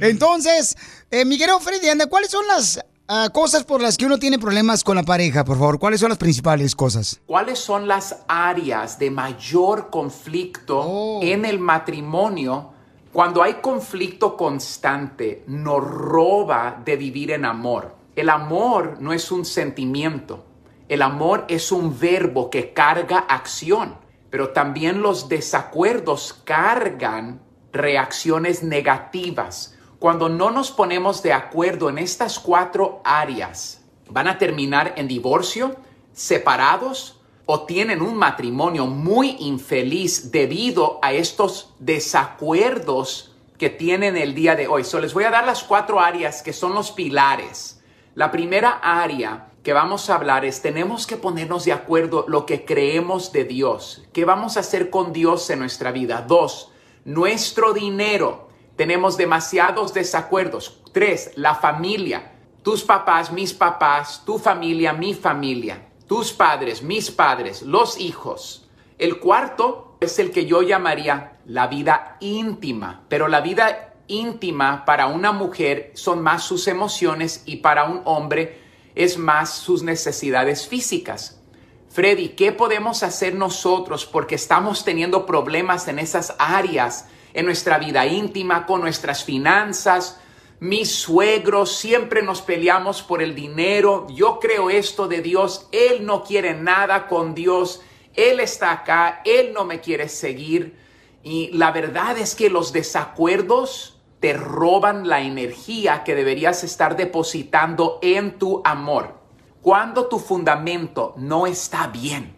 Entonces, eh, mi querido Freddy, anda, ¿cuáles son las ah, cosas por las que uno tiene problemas con la pareja, por favor? ¿Cuáles son las principales cosas? ¿Cuáles son las áreas de mayor conflicto en el matrimonio Cuando hay conflicto constante, nos roba de vivir en amor. El amor no es un sentimiento. El amor es un verbo que carga acción, pero también los desacuerdos cargan reacciones negativas. Cuando no nos ponemos de acuerdo en estas cuatro áreas, van a terminar en divorcio, separados o tienen un matrimonio muy infeliz debido a estos desacuerdos que tienen el día de hoy. So, les voy a dar las cuatro áreas que son los pilares. La primera área que vamos a hablar es tenemos que ponernos de acuerdo lo que creemos de Dios. ¿Qué vamos a hacer con Dios en nuestra vida? Dos, nuestro dinero. Tenemos demasiados desacuerdos. Tres, la familia. Tus papás, mis papás, tu familia, mi familia. Tus padres, mis padres, los hijos. El cuarto es el que yo llamaría la vida íntima. Pero la vida íntima para una mujer son más sus emociones y para un hombre es más sus necesidades físicas. Freddy, ¿qué podemos hacer nosotros porque estamos teniendo problemas en esas áreas, en nuestra vida íntima, con nuestras finanzas? Mis suegros siempre nos peleamos por el dinero. Yo creo esto de Dios. Él no quiere nada con Dios. Él está acá. Él no me quiere seguir. Y la verdad es que los desacuerdos te roban la energía que deberías estar depositando en tu amor. Cuando tu fundamento no está bien,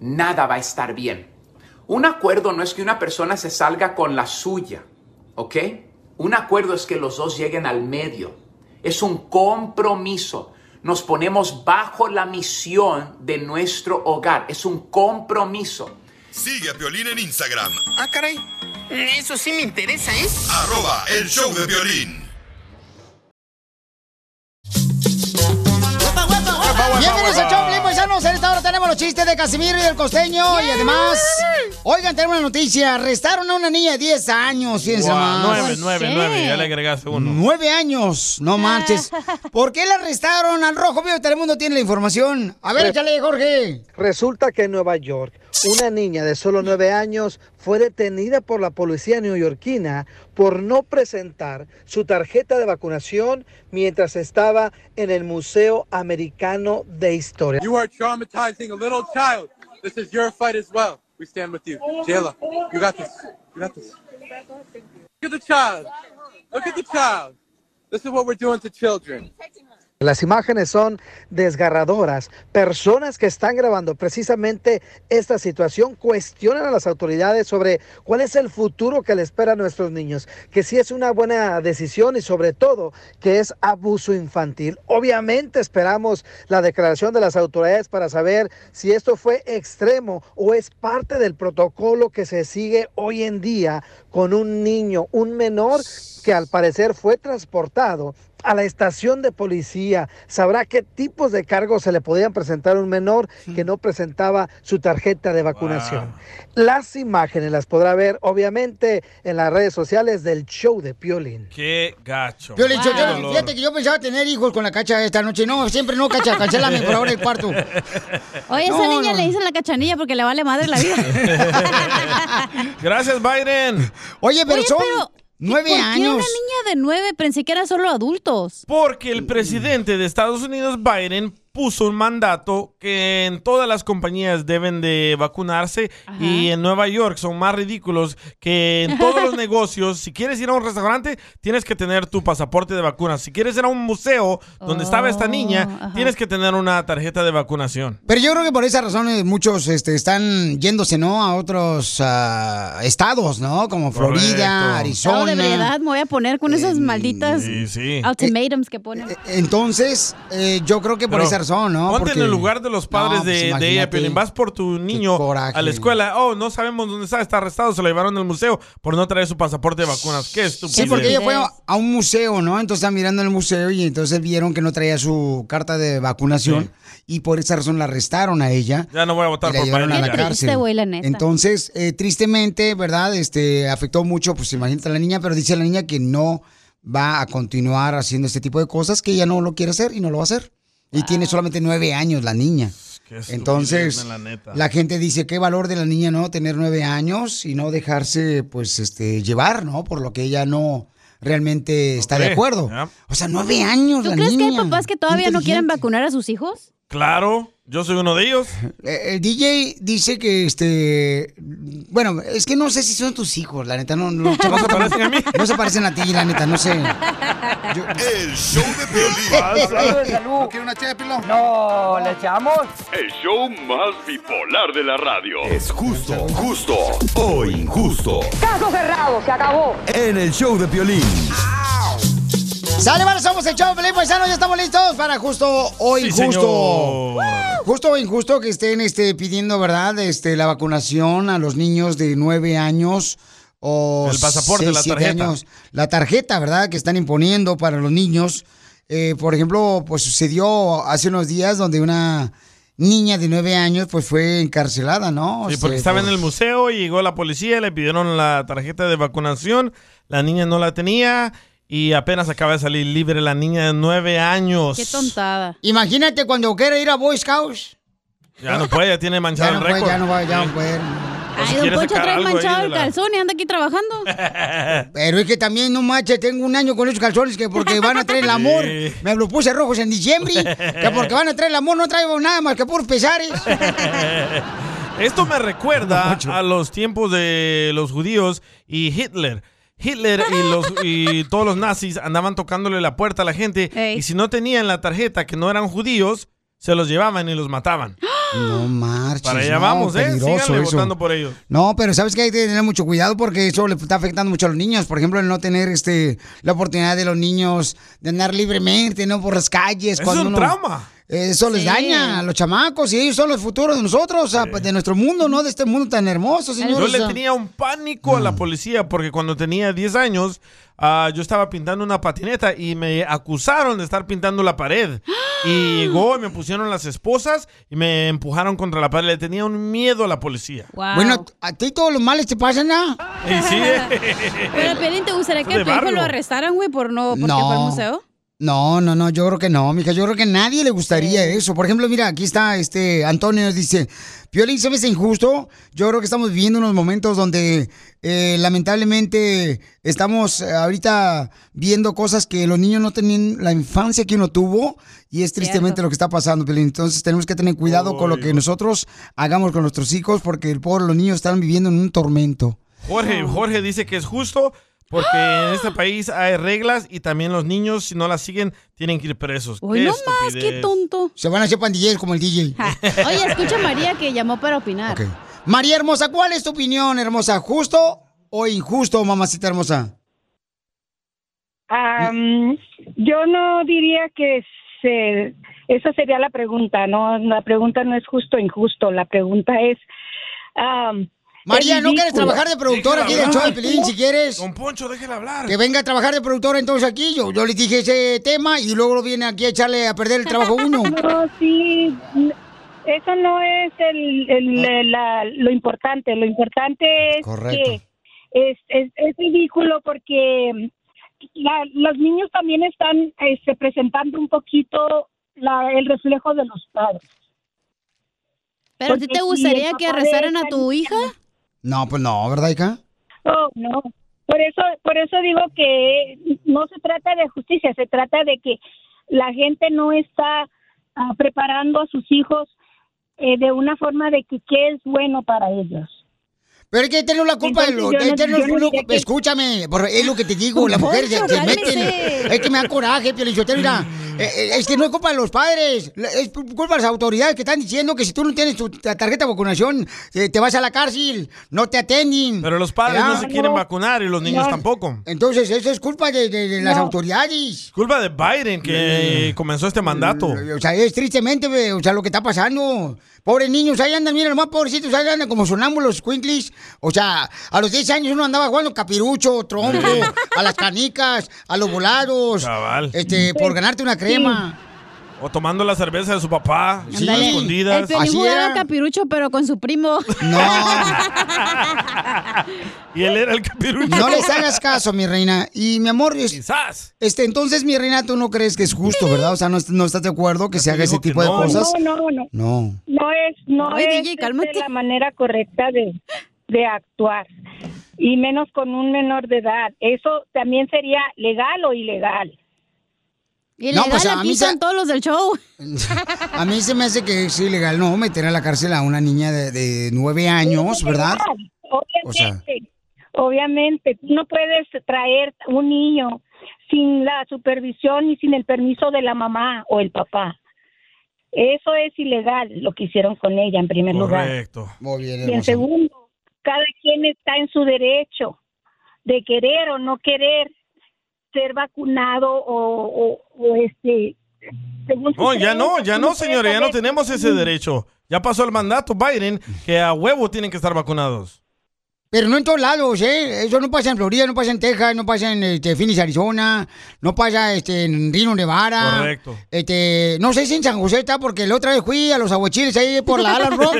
nada va a estar bien. Un acuerdo no es que una persona se salga con la suya, ¿ok? Un acuerdo es que los dos lleguen al medio. Es un compromiso. Nos ponemos bajo la misión de nuestro hogar. Es un compromiso. Sigue a Piolín en Instagram. Ah, caray. Eso sí me interesa, ¿eh? Arroba el show de violín. Bienvenidos a Choplin, paisanos. En esta hora tenemos los chistes de Casimiro y del Costeño. Y además, oigan, tenemos una noticia. Arrestaron a una niña de 10 años, fíjense Guau, más. nueve, nueve, nueve. Ya le Ah. agregaste uno. Nueve años, no marches. ¿Por qué le arrestaron al Rojo Vivo de Telemundo? Tiene la información. A ver, échale, Jorge. Resulta que en Nueva York, una niña de solo nueve años fue detenida por la policía neoyorquina por no presentar su tarjeta de vacunación mientras estaba en el Museo Americano de Historia. You are traumatizing a little child. This is your fight as well. We stand with you. Jayla, you got this. You got this. Look at the child. Look at the child. This is what we're doing to children. Las imágenes son desgarradoras. Personas que están grabando precisamente esta situación cuestionan a las autoridades sobre cuál es el futuro que le espera a nuestros niños, que si es una buena decisión y sobre todo que es abuso infantil. Obviamente esperamos la declaración de las autoridades para saber si esto fue extremo o es parte del protocolo que se sigue hoy en día con un niño, un menor que al parecer fue transportado a la estación de policía. Sabrá qué tipos de cargos se le podían presentar a un menor que no presentaba su tarjeta de vacunación. Las imágenes las podrá ver, obviamente, en las redes sociales del show de Piolín. Qué gacho. Piolín, yo- Qué yo- dolor. fíjate que yo pensaba tener hijos con la cacha esta noche. No, siempre no, cacha. Cancélame por ahora el cuarto. Ah. Oye, esa niña le dicen la cachanilla porque le vale madre la vida. Gracias, Biden. Oye, Oye, ¿y ¿por qué una niña de nueve? Pensé que era solo adultos. Porque el presidente de Estados Unidos, Biden, puso un mandato que en todas las compañías deben de vacunarse y en Nueva York son más ridículos que en todos los negocios. Si quieres ir a un restaurante, tienes que tener tu pasaporte de vacuna. Si quieres ir a un museo donde estaba esta niña, Oh, tienes que tener una tarjeta de vacunación. Pero yo creo que por esa razón eh, muchos este, están yéndose, ¿no? A otros ah, estados, ¿no? Como Florida, No, de verdad, Arizona. me voy a poner con esas malditas sí. ultimatums que Eh, ponen. Entonces, eh, yo creo que por Pero esa razón, ¿no? Ponte Porque- en el lugar de los padres No, pues, de, de ella, imagínate. Piolín. Vas por tu niño a la escuela. Oh, no sabemos dónde está, está arrestado, se lo llevaron al museo por no traer su pasaporte de vacunas. Qué estúpido. Sí, porque ella fue a- a un museo, ¿no? Entonces estaban mirando en el museo y entonces vieron que no traía su carta de vacunación y por esa razón la arrestaron a ella. Ya no voy a votar y la por llevaron a Biden. la ya. cárcel. Entonces, eh, tristemente, ¿verdad? Este afectó mucho, pues imagínate a la niña, pero dice la niña que no va a continuar haciendo este tipo de cosas, que ella no lo quiere hacer y no lo va a hacer. Y tiene solamente nueve años la niña. Qué estupidez, Entonces, la la, neta. gente dice qué valor de la niña, ¿no? Tener nueve años y no dejarse, pues, este, llevar, ¿no? Por lo que ella no realmente está de cree, acuerdo. ya. O sea, nueve años ¿Tú la crees niña. que hay papás que todavía no quieren vacunar a sus hijos? Claro, yo soy uno de ellos. Eh, El DJ dice que, este, bueno, es que no sé si son tus hijos, la neta, no, no, se parecen a mí. No se parecen a ti, la neta, no sé. El show de Salud, Piolín. salud. No, ¿le echamos? El show más bipolar de la radio. Es justo, justo o injusto. Caso cerrado, se acabó. En el show de Piolín. Sale, vale, somos el show, Felipe Paisano, ya estamos listos para justo o Sí, injusto. señor. justo o injusto que estén este, pidiendo, ¿verdad? Este, la vacunación a los niños de 9 años o El pasaporte, seis, la siete tarjeta. años. La tarjeta, ¿verdad? Que están imponiendo para los niños. Eh, por ejemplo, pues sucedió hace unos días donde una niña de 9 años pues fue encarcelada, ¿no? Sí, Este, porque estaba por- en el museo y llegó la policía, le pidieron la tarjeta de vacunación, la niña no la tenía y apenas acaba de salir libre la niña de nueve años. Qué tontada. pues Imagínate cuando quiera ir a Boy Scouts. Ya no puede, ya tiene Ya manchado no el puede, récord. ya no puede, ya Sí. no puede. O pues, si Ay, don quiere Poncho sacar trae algo ahí manchado de el la- calzón y anda aquí trabajando. Pero es que también, no manches, tengo un año con esos calzones que porque van a traer el amor. Sí. Me lo puse rojos en diciembre, que porque van a traer el amor no traigo nada más que puros pesares. Esto me recuerda a los tiempos de los judíos y Hitler. Hitler y, los, y todos los nazis andaban tocándole la puerta a la gente y si no tenían la tarjeta que no eran judíos, se los llevaban y los mataban. No marches. Para allá no, vamos, ¿eh? peligroso Síganle eso. votando por ellos. No, pero sabes que hay que tener mucho cuidado porque eso le está afectando mucho a los niños. Por ejemplo, el no tener este la oportunidad de los niños de andar libremente, no por las calles. Eso cuando es un uno- trauma. Eso les Sí. daña a los chamacos y ellos son los futuros de nosotros, o sea, pues, de nuestro mundo, ¿no? De este mundo tan hermoso, señor. Yo o le sea. tenía un pánico a la policía porque cuando tenía 10 años ah, yo estaba pintando una patineta y me acusaron de estar pintando la pared. Y llegó y me pusieron las esposas y me empujaron contra la pared. Le tenía un miedo a la policía. Bueno, a ti todos los males te pasan, ¿ah? Y sí, Pero, Pelín, ¿te gustaría Eso que de tu hijo barrio. lo arrestaran, güey, por no, porque No. fue al museo? No, no, no, yo creo que no, mija. Yo creo que a nadie le gustaría eso. Por ejemplo, mira, aquí está este Antonio nos dice, Piolín, ¿se me hace injusto? Yo creo que estamos viviendo unos momentos donde eh, lamentablemente estamos eh, ahorita viendo cosas que los niños no tenían la infancia que uno tuvo y es tristemente lo que está pasando, Piolín. Entonces tenemos que tener cuidado con lo que nosotros hagamos con nuestros hijos porque el pobre, los niños están viviendo en un tormento. Jorge, Jorge dice que es justo porque en este país hay reglas y también los niños, si no las siguen, tienen que ir presos. ¡Qué estupidez! tonto. Se van a hacer pandilleros como el DJ. Oye, escucha a María que llamó para opinar. María hermosa, ¿cuál es tu opinión, hermosa? ¿Justo o injusto, mamacita hermosa? Am, yo no diría que se, esa sería la pregunta, no, la pregunta no es justo o injusto, la pregunta es... am, María, es ¿no quieres ridículo. trabajar de productora aquí del show de Pelín, si quieres? Don Poncho, déjela hablar. Que venga a trabajar de productora entonces aquí. Yo, yo le dije ese tema y luego viene aquí a echarle a perder el trabajo uno. No, sí, eso no es el, el- la- lo importante. Lo importante es Ah. Correcto. que es, es, es ridículo porque la- los niños también están este, presentando un poquito la- el reflejo de los padres. ¿Pero a ti Porque te si gustaría el que papá arrestaran de a esta tu hija? No, pues no, ¿verdad, hija? Oh, no. Por eso, por eso digo que no se trata de justicia, se trata de que la gente no está ah, preparando a sus hijos eh, de una forma de que qué es bueno para ellos. Pero es que tenemos la culpa de lo- Entonces, yo no- de tener- yo no lo- diría que- Escúchame, por- es lo que te digo, las mujeres se, se Cálmese. meten. Es que me da coraje, Piolín Sotelo, mira, eh, eh, es que no es culpa de los padres, la- es culpa de las autoridades que están diciendo que si tú no tienes tu ta- tarjeta de vacunación, eh, te vas a la cárcel, no te atenden. Pero los padres ¿verdad? no se quieren vacunar y los niños tampoco. Entonces, eso es culpa de, de- de las No. autoridades. Culpa de Biden que comenzó este mandato. Mm, O sea, es tristemente, ve, o sea, lo que está pasando. Pobres niños, ahí andan, mira, los más pobrecitos, ahí andan como sonámbulos, cuinclis. O sea, a los 10 años uno andaba jugando capirucho, trompo, a las canicas, a los volados. Cabal. Este, por ganarte una crema. O O tomando la cerveza de su papá, a Ándale. El escondidas. Este, Piolín jugaba capirucho, pero con su primo. Y él era el capirucho. No les hagas caso, mi reina. Y mi amor, es- este, entonces, mi reina, tú no crees que es justo, ¿verdad? O sea, no, est- no estás de acuerdo que se haga ese tipo de cosas. No, no, no. No. No es, no Ay, es DJ, este, cálmate. la manera correcta de, de actuar. Y menos con un menor de edad. Eso también sería legal o ilegal. No, pues, a mí se- todos los del show. A mí se me hace que es ilegal, ¿no? Meter a la cárcel a una niña de, de nueve años, ¿verdad? Obviamente, O sea. obviamente, tú no puedes traer un niño sin la supervisión y sin el permiso de la mamá o el papá. Eso es ilegal lo que hicieron con ella en primer lugar. Correcto. Muy bien, Y en segundo, cada quien está en su derecho de querer o no querer ser vacunado o, o- o, este según su No, ya creencia, no, ya tú no, puedes señores, ya no saber- tenemos ese derecho. Ya pasó el mandato Biden que a huevo tienen que estar vacunados. Pero no en todos lados, ¿eh? Eso no pasa en Florida, no pasa en Texas, no pasa en este, Phoenix, Arizona, no pasa este, en Reno, Nevada. Correcto. Este, no sé si en San José está, porque la otra vez fui a los aguachiles ahí por la Alan Rock.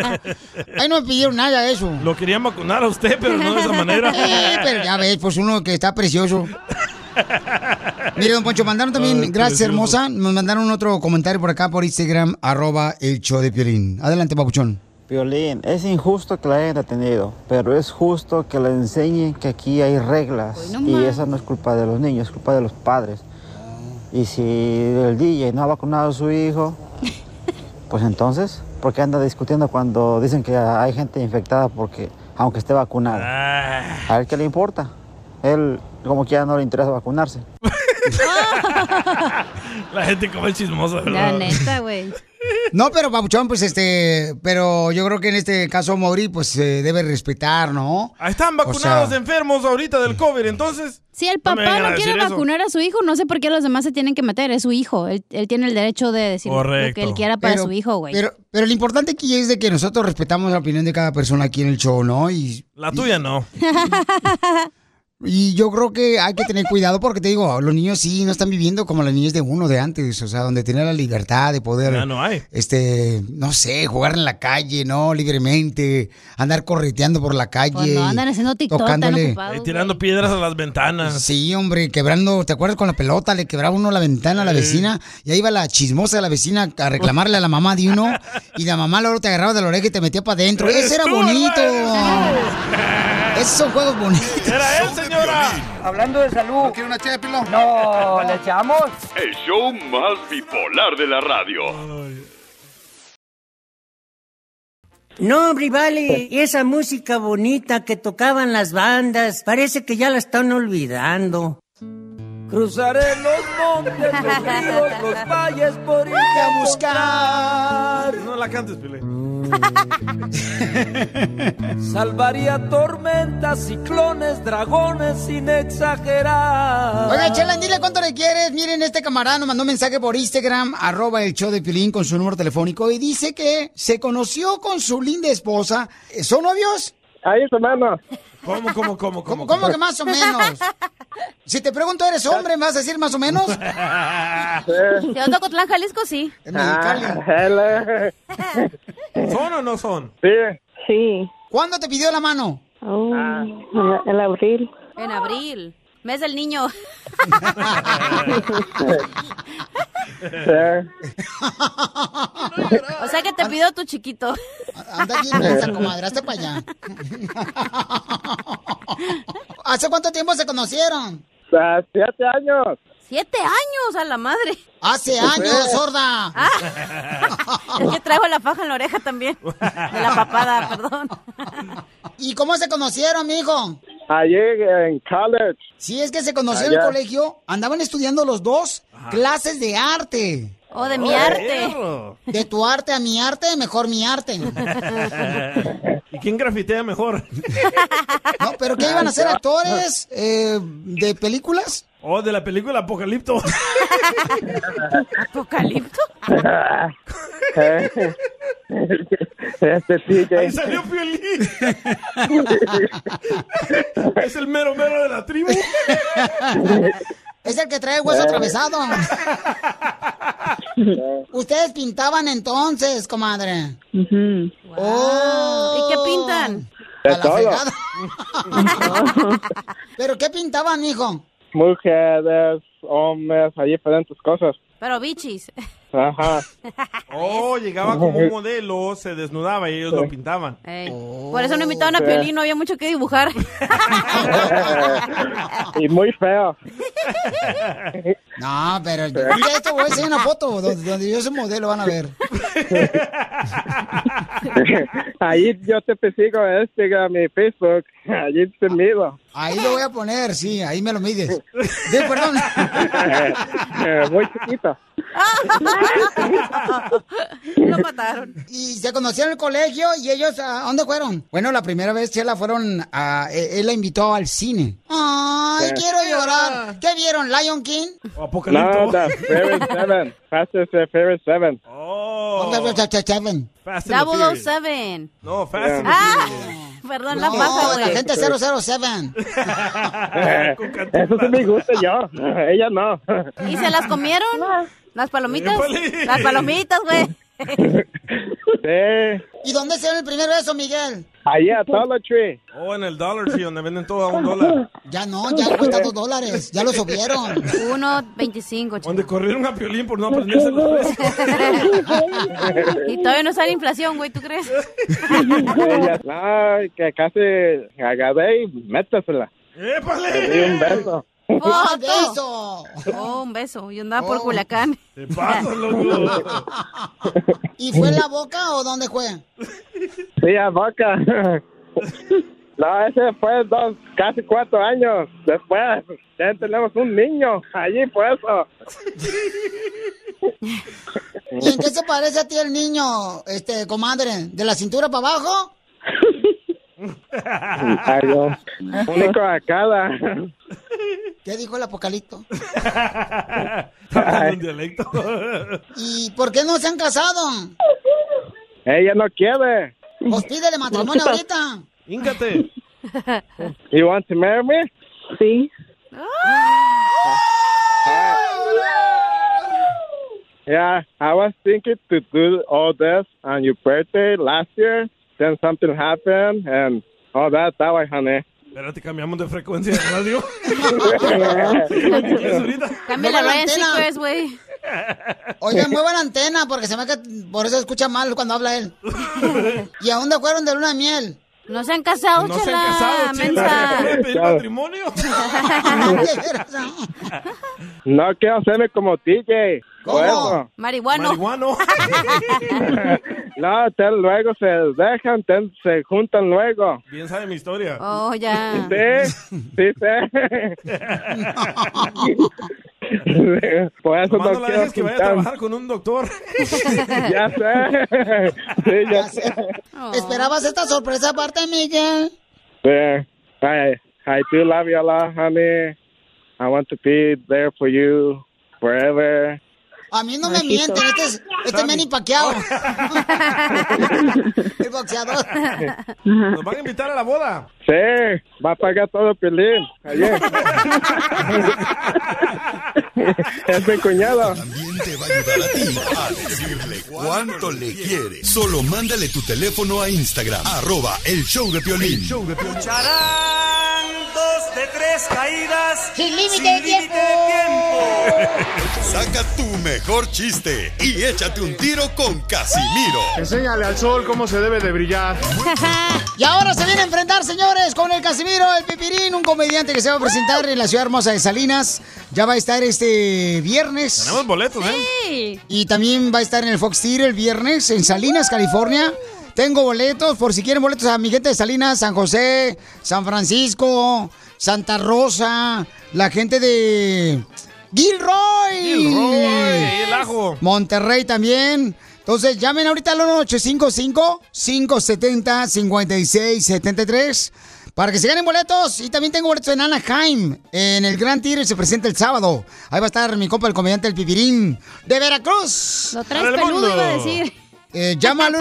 Ahí no me pidieron nada de eso. Lo querían vacunar a usted, pero no de esa manera. Eh, pero ya ves, pues uno que está precioso. Mire, don Poncho, mandaron también, Ay, gracias precioso. hermosa, nos mandaron otro comentario por acá por Instagram, arroba el show de Piolín. Adelante, papuchón. Violín, es injusto que la hayan detenido, pero es justo que le enseñen que aquí hay reglas Hoy no y más. esa no es culpa de los niños, es culpa de los padres. Y si el DJ no ha vacunado a su hijo, pues entonces, ¿por qué anda discutiendo cuando dicen que hay gente infectada porque aunque esté vacunada? A él qué le importa. Él como quiera no le interesa vacunarse. La gente como es chismosa, La ¿verdad? neta, güey. No, pero papuchón, pues este, pero yo creo que en este caso Mauri, pues se debe respetar, ¿no? Ahí Ah, Están vacunados enfermos ahorita del COVID, entonces. Si el No me papá vengan no, a quiere decir eso. vacunar a su hijo, no sé por qué los demás se tienen que meter. Es su hijo. Él, él tiene el derecho de decir lo Correcto. que él quiera para Pero- su hijo, güey. Pero, pero lo importante aquí es de que nosotros respetamos la opinión de cada persona aquí en el show, ¿no? Y, La tuya no. y yo creo que hay que tener cuidado porque te digo, los niños sí no están viviendo como las niñas de uno de antes, o sea, donde tenían la libertad de poder, Ya no hay. este, no sé, jugar en la calle, ¿no? Libremente, andar correteando por la calle. Pues no, y andan haciendo TikTok, tan ocupados. Ahí tirando piedras a las ventanas. Sí, hombre, quebrando, ¿te acuerdas con la pelota? Le quebraba uno la ventana a la Sí. vecina y ahí iba la chismosa de la vecina a reclamarle a la mamá de uno y la mamá luego te agarraba de la oreja y te metía para adentro. Eres ¡Eso era tú, bonito! ¿verdad? Esos son juegos bonitos. ¡Era él, señora! Hablando de salud. ¿No quiere una No, ¿le echamos? El show más bipolar de la radio. No, hombre, vale, esa música bonita que tocaban las bandas, parece que ya la están olvidando. Cruzaré los montes, los ríos, los valles por irte a buscar. No la cantes, Pile. Salvaría tormentas, ciclones, dragones sin exagerar. Oiga, Chela, dile cuánto le quieres. Miren, este camarada nos mandó un mensaje por Instagram, arroba el show de Pilín con su número telefónico y dice que se conoció con su linda esposa. ¿Son novios? Ahí su menos. ¿Cómo, cómo, cómo, cómo? ¿Cómo que más o menos? Si te pregunto, ¿eres hombre? ¿Me vas a decir más o menos? Sí. Yo Cotlán, Jalisco, sí. Ah, él es- ¿Son o no son? Sí. Sí, ¿Cuándo te pidió la mano? Oh, en el abril. En abril. Mes del niño. Sí. o sea que te pidió tu chiquito. Anda aquí, mensa, comadre, hazte para allá. ¿Hace cuánto tiempo se conocieron? Ah, Siete años. Siete años a la madre. Ah, Hace años, sorda. es que traigo la faja en la oreja también. De la papada, perdón. ¿Y cómo se conocieron, mijo? Allí eh, en college. Si es que se conocieron en el Allá. colegio, andaban estudiando los dos clases de arte. O de mi Oh, arte. perro. De tu arte a mi arte, mejor mi arte. ¿Y quién grafitea mejor? No, pero ¿qué iban a ser actores eh, de películas? Oh, de la película Apocalipto. ¿Apocalipto? eh, Eh, Este sí, Ahí salió Piolín. es el mero mero de la tribu. Es el que trae hueso atravesado. Ustedes pintaban entonces, comadre. Ujú. Oh. ¿Y qué pintan? A De la todo. fregada. ¿Pero qué pintaban, hijo? Mujeres, hombres, hay diferentes cosas. Pero bichis. Ajá. Oh, llegaba como un modelo, se desnudaba y ellos lo pintaban. Ey. Oh. Por eso Oh. no invitaban a sí. Piolín, no había mucho que dibujar. y muy feo. No, pero yo- mira esto, voy a enseñar una foto donde, donde yo soy modelo, van a ver. Ahí yo te persigo en Instagram y Facebook. Allí te mido. Ahí lo voy a poner, sí, ahí me lo mides. Sí, perdón. Eh, muy chiquito. lo mataron. Y se conocieron en el colegio y ellos, ¿a dónde fueron? Bueno, la primera vez Chela fueron a, eh, él la invitó al cine. Ay, Sí. quiero llorar. ¿Qué vieron, Lion King? No, the favorite seven. Fastest the favorite seven. Fast and the Furious. 007. No, Fast and the Ah, Furious. perdón, la No, pasa, güey. la gente 007. Eh, eso sí me gusta yo. Ella no. ¿Y se las comieron? ¿Las palomitas? Épale. Las palomitas, güey. Sí. ¿Y dónde se dio el primer beso, Miguel? Ahí a Pues Dollar Tree. Oh, en el Dollar Tree, donde venden todo a un dólar. Ya no, ya cuesta dos dólares. Ya lo subieron. 1.25, chico. Donde corrieron a Piolín por no aprenderse los precios. Y todavía no sale inflación, güey, ¿tú crees? Ella, no, que casi agarré y métasela. Le di un beso. ¡Foto! beso! Oh, un beso. Yo andaba por Culiacán. Te pasas, loco. ¿Y fue en la boca o dónde fue? Sí, a boca. No, ese fue dos, casi cuatro años. Después, ya tenemos un niño allí, por eso. ¿Y en qué se parece a ti el niño, este, comadre? ¿De la cintura para abajo? Ay, Dios. Único a cada. ¿Qué dijo el apocalipto? Ay, dialecto. ¿Y por qué no se han casado? Ella no quiere. Pues pídele matrimonio No, ahorita. Íncate. You want to marry me? Sí. Yeah, I was thinking to do all this on your birthday last year. Then something happened and all that. That way, honey. Espérate, cambiamos de frecuencia de radio. Cambia la Mueva la Ryan antena. Seacrest, güey. Oiga, mueva la antena porque se me que por eso escucha mal cuando habla él. ¿Y a dónde fueron de luna de miel? No se han casado, No chela. se han casado, chela. Ah, mensa. ¿Pueden pedir Claro. matrimonio? No quiero hacerme como DJ. ¿Cómo? Por eso. Marihuano. Marihuano. No, te- luego se dejan, te- se juntan luego. Bien sabe mi historia. Oh, ya. Sí, sí, sí. Por eso Nomás no no la dejes quiero que vaya a juntar. trabajar con un doctor. Ya sé. Sí, ya sé. ¿Esperabas esta sorpresa aparte, Miguel? Yeah. I I do love you a lot, honey. I want to be there for you forever. A mí no me Ay, hijito. mienten, este es, este es Manny Pacquiao. el boxeador. Nos van a invitar a la boda. Sí, va a pagar todo el pelín. Ayer. es mi cuñado. Te va a ayudar a ti a decirle cuánto le quiere. Solo mándale tu teléfono a Instagram, arroba el show de Piolín. Lucharán dos de tres caídas. Sin límite de tiempo. Saca tu mejor chiste y échate un tiro con Casimiro. Enséñale al sol cómo se debe de brillar. Y ahora se viene a enfrentar, señores, con el Casimiro, el Pipirín, un comediante que se va a presentar en la ciudad hermosa de Salinas. Ya va a estar este viernes. Tenemos boletos, ¿eh? Y también va a estar en el Fox Theater el viernes en Salinas, California. Tengo boletos, por si quieren boletos a mi gente de Salinas, San José, San Francisco, Santa Rosa, la gente de Gilroy. Gilroy, ahí el ajo. Monterrey también. Entonces llamen ahorita al 1-855-570-5673 para que se ganen boletos. Y también tengo boletos en Anaheim. En el Gran Tigre se presenta el sábado. Ahí va a estar mi compa, el comediante El Pipirín de Veracruz. Lo traes Para el peludo, mundo. iba a decir. Eh, llama al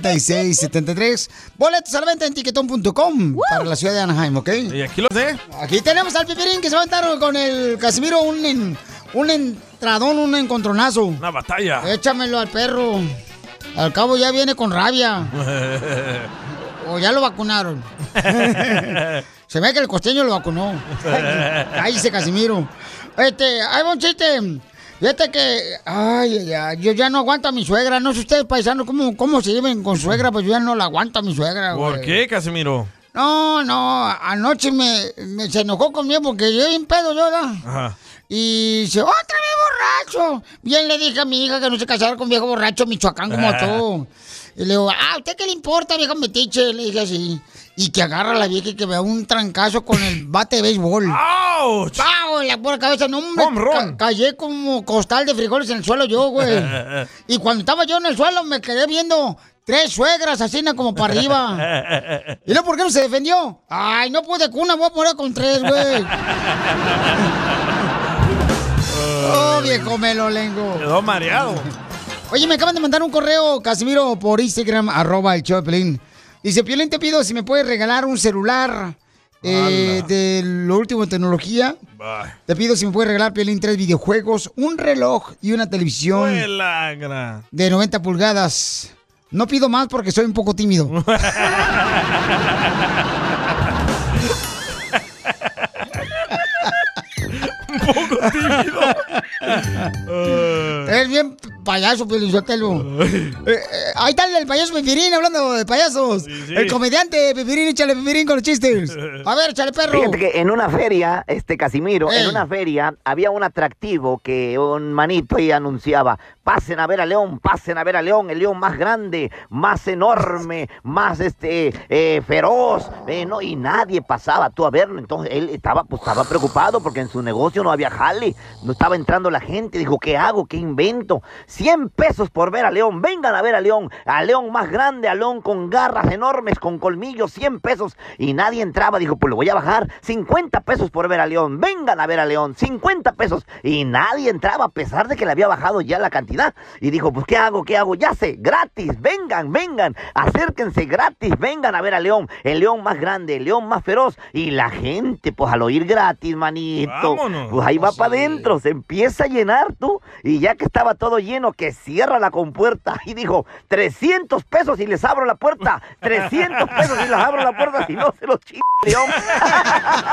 1-855-570-5673. Boletos a la venta en tiquetón.com para la ciudad de Anaheim, ¿ok? Y aquí los de. Aquí tenemos al Pipirín que se va a estar con el Casimiro un, en- Un entradón, un encontronazo. Una batalla. Échamelo al perro. Al cabo ya viene con rabia. O ya lo vacunaron. Se ve que el costeño lo vacunó. Ahí se Casimiro. Este, hay un chiste. Fíjate que, ay, ay, ay, yo ya no aguanto a mi suegra. No sé ustedes, paisanos, cómo, cómo se lleven con suegra, pues yo ya no la aguanto a mi suegra. ¿Por güey. qué, Casimiro? No, no, anoche me, me- se enojó conmigo porque yo bien pedo, yo, ¿verdad? Ajá. Y se otra vez borracho. Bien le dije a mi hija que no se casara con viejo borracho michoacán como Ah. tú. Y le digo, ah, ¿a usted qué le importa, vieja metiche? Le dije así. Y que agarra a la vieja y que me da un trancazo con el bate de béisbol. ¡Auch! ¡Pau! En la pura cabeza, no, hombre. ca- callé como costal de frijoles en el suelo yo, güey. Y cuando estaba yo en el suelo me quedé viendo tres suegras así, ¿no? como para arriba. ¿Y luego por qué no se defendió? Ay, no pude con una, voy a poner con tres, güey. Oh, viejo melo lengo. Quedó mareado. Oye, me acaban de mandar un correo, Casimiro, por Instagram, arroba el show de Piolín. Dice, Piolín, te pido si me puedes regalar un celular eh, de lo último en tecnología. Bye. Te pido si me puedes regalar, Piolín, tres videojuegos, un reloj y una televisión Lagra. de 90 pulgadas. No pido más porque soy un poco tímido. Un poco tímido. Es bien payaso, Pelizotelo. eh, ahí está el, payaso Pipirín hablando de payasos. sí. El comediante Pipirín, échale Pipirín con los chistes. A ver, échale perro. Fíjate que en una feria, este Casimiro, Ey. en una feria había un atractivo que un manito ahí anunciaba, pasen a ver a León, pasen a ver a León, el León más grande, más enorme, más este eh, feroz, eh, no, y nadie pasaba tú a verlo, entonces él estaba, pues, estaba preocupado porque en su negocio no había jale, no estaba entrando la gente, dijo, ¿qué hago? ¿Qué invento? 100 pesos por ver a León, vengan a ver a León, a León más grande, a León con garras enormes, con colmillos, 100 pesos, y nadie entraba, dijo, pues lo voy a bajar, 50 pesos por ver a León, vengan a ver a León, 50 pesos, y nadie entraba, a pesar de que le había bajado ya la cantidad, y dijo, pues ¿qué hago? ¿Qué hago? Ya sé, gratis, vengan, vengan, acérquense gratis, vengan a ver a León, el León más grande, el León más feroz, y la gente, pues al oír gratis, manito, Vámonos. pues ahí va para adentro, se empieza a llenar tú, y ya que estaba todo lleno, que cierra la compuerta, y dijo, 300 pesos y les abro la puerta, 300 pesos y les abro la puerta, si no se los chingo, León.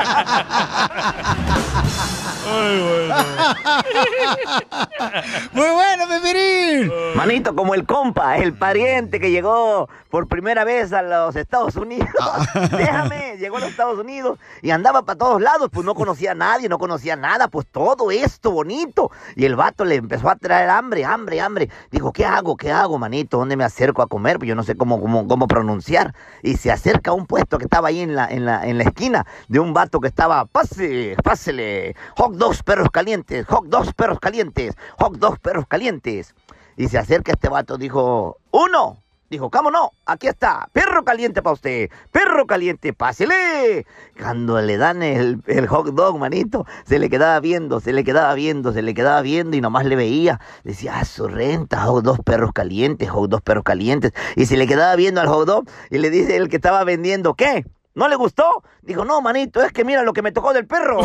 Muy bueno, Pepirín. Manito, como el compa, el pariente que llegó por primera vez a los Estados Unidos. Déjame, llegó a los Estados Unidos y andaba para todos lados, pues no conocía a nadie, no conocía nada, pues todo esto bonito. Y el vato le empezó a traer hambre, hambre, hambre. Dijo, ¿qué hago? ¿Qué hago, manito? ¿Dónde me acerco a comer? Pues yo no sé cómo, cómo, cómo pronunciar. Y se acerca a un puesto que estaba ahí en la, en la, en la esquina de un vato que estaba, pase, pásele, hot dogs perros calientes, hot dogs perros calientes, hot dogs perros calientes. Y se acerca este vato, dijo, uno. Dijo, ¿cómo no? Aquí está, perro caliente para usted, perro caliente, pásele. Cuando le dan el, el hot dog, manito, se le quedaba viendo, se le quedaba viendo, se le quedaba viendo y nomás le veía. Decía, ah, su renta, hot dos perros calientes, hot dos perros calientes. Y se le quedaba viendo al hot dog y le dice el que estaba vendiendo, ¿qué? ¿No le gustó? Dijo, no, manito, es que mira lo que me tocó del perro.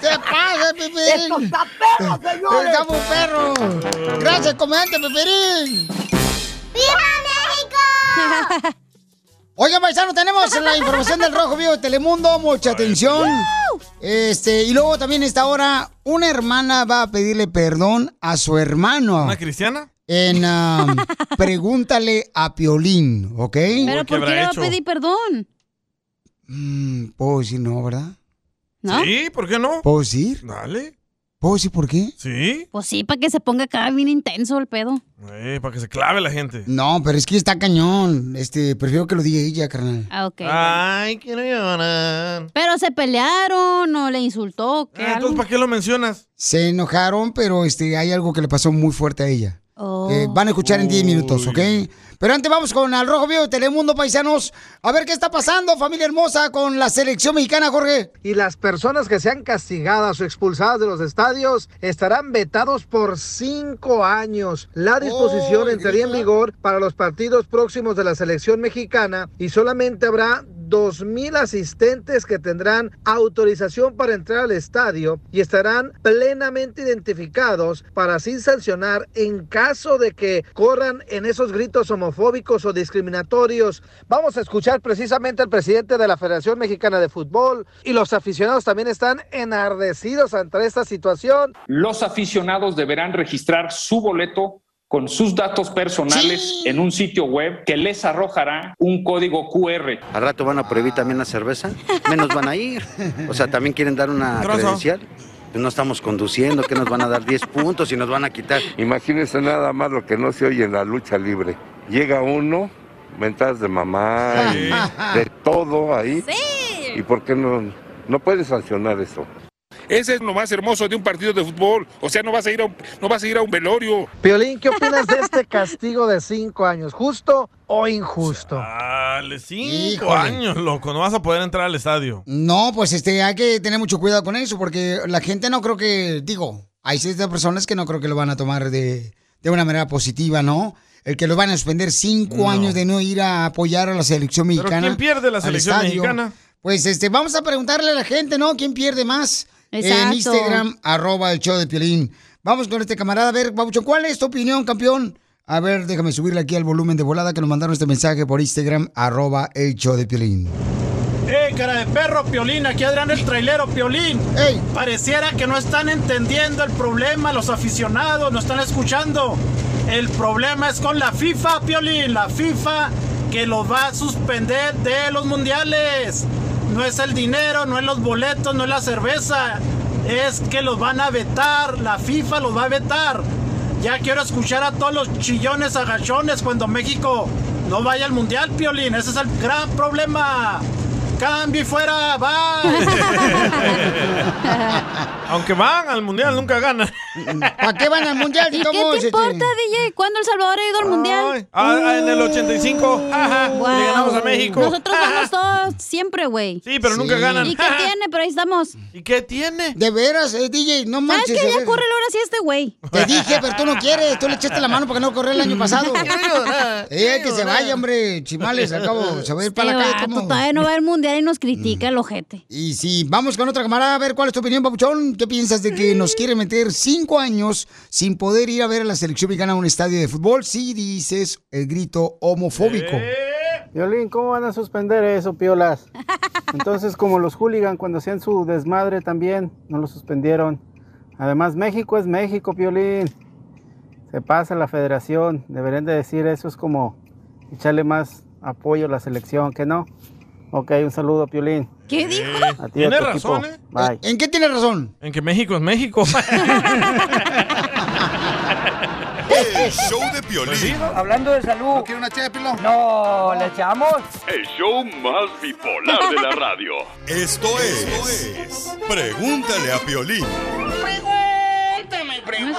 ¿Qué pasa, Pepirín? ¡Esto está perro, señores! ¡Estamos perro! ¡Gracias, comediante Pepirín! ¡Viva México! Oigan, paisano, tenemos la información del Rojo Vivo de Telemundo. Mucha atención. Este, y luego también esta hora, una hermana va a pedirle perdón a su hermano. ¿Una cristiana? En ah, Pregúntale a Piolín, ¿ok? Pero ¿por qué le va a pedir perdón? Mm, ¿Puedo decir no, verdad? ¿Ah? ¿No? Sí, ¿por qué no? ¿Puedo decir? Dale. ¿Puedo decir por qué? Sí. Pues sí, para que se ponga acá bien intenso el pedo. Eh, para que se clave la gente. No, pero es que está cañón. Este, prefiero que lo diga ella, carnal. Ah, ok. Ay, quiero llorar. Pero se pelearon o le insultó. o ¿qué? Ah, entonces, algo? ¿para qué lo mencionas? Se enojaron, pero este, hay algo que le pasó muy fuerte a ella. Oh. Eh, van a escuchar en 10 minutos, ¿ok? Pero antes vamos con Al Rojo Vivo de Telemundo, paisanos. A ver qué está pasando, familia hermosa, con la selección mexicana, Jorge. Y las personas que sean castigadas o expulsadas de los estadios estarán vetados por cinco años. La Oh, disposición entraría en vigor para los partidos próximos de la selección mexicana y solamente habrá 2.000 asistentes que tendrán autorización para entrar al estadio y estarán plenamente identificados para así sancionar en caso de que corran en esos gritos homofóbicos o discriminatorios. Vamos a escuchar precisamente al presidente de la Federación Mexicana de Fútbol y los aficionados también están enardecidos ante esta situación. Los aficionados deberán registrar su boleto con sus datos personales en un sitio web que les arrojará un código QR. Al rato van a prohibir también la cerveza, menos van a ir. O sea, también quieren dar una Grosso. credencial. Pues No estamos conduciendo, que nos van a dar 10 puntos y nos van a quitar. Imagínense nada más lo que no se oye en la lucha libre. Llega uno, mentadas de mamá, y de todo ahí. ¿Y por qué no, no puedes sancionar eso? Ese es lo más hermoso de un partido de fútbol. O sea, no vas a ir a un, no vas a ir a un velorio. Piolín, ¿qué opinas de este castigo de cinco años? ¿Justo o injusto? Dale, cinco Híjole. años, loco. No vas a poder entrar al estadio. No, pues este, hay que tener mucho cuidado con eso, porque la gente no creo que, digo, hay ciertas personas que no creo que lo van a tomar de, de una manera positiva, ¿no? El que lo van a suspender cinco años de no ir a apoyar a la selección mexicana. ¿quién pierde la al selección estadio. mexicana? Pues este, vamos a preguntarle a la gente, ¿no? ¿Quién pierde más? En Exacto. Instagram, arroba el show de Piolín. Vamos con este camarada, a ver, Babuchón, ¿cuál es tu opinión, campeón? A ver, déjame subirle aquí al volumen de volada que nos mandaron este mensaje por Instagram, arroba el show de Piolín. ¡Ey, cara de perro, Piolín! Aquí Adrián el trailero, Piolín. Pareciera que no están entendiendo el problema, los aficionados no están escuchando. El problema es con la FIFA, Piolín. La FIFA que los va a suspender de los mundiales. No es el dinero, no es los boletos, no es la cerveza. Es que los van a vetar, la FIFA los va a vetar. Ya quiero escuchar a todos los chillones agachones cuando México no vaya al mundial, Piolín. Ese es el gran problema. Cambio y fuera, va. Aunque van al mundial, nunca ganan. ¿Para qué van al mundial? ¿Y qué te importa, DJ? ¿Cuándo El Salvador ha ido al mundial? Ah, ah, en el 85, ajá, le ganamos a México. Nosotros vamos todos siempre, güey. Sí, pero nunca ganan. ¿Y qué tiene? Pero ahí estamos. ¿Y qué tiene? De veras, eh, DJ, no ¿Sabes manches. qué? a Ya ver. corre ahora sí este güey. Te dije, pero tú no quieres. Tú le echaste la mano porque no correr el año pasado. Eh, que se vaya, hombre. Chimales, al cabo, se va a ir para la Este calle. vato ¿cómo? todavía no va al mundial y nos critica el ojete. Y sí, vamos con otra camarada a ver cuál es tu opinión, Papuchón. ¿Qué piensas de que nos quiere meter cinco años sin poder ir a ver a la selección mexicana a un estadio de fútbol si dices el grito homofóbico? Violín, ¿cómo van a suspender eso, piolas? Entonces, como los hooligan cuando hacían su desmadre también, no lo suspendieron. Además, México es México, Piolín. Se pasa la federación. Deberían de decir eso, es como echarle más apoyo a la selección, que no. Ok, un saludo, Piolín. ¿Qué dijo? A ti y a Tiene tu equipo. razón, ¿eh? Bye. ¿En qué tiene razón? En que México es México. El show de Piolín. Pues Hablando de salud. ¿No quiere una ché No, ¿le echamos? El show más bipolar de la radio. Esto es Pregúntale a Piolín. Pregúntame,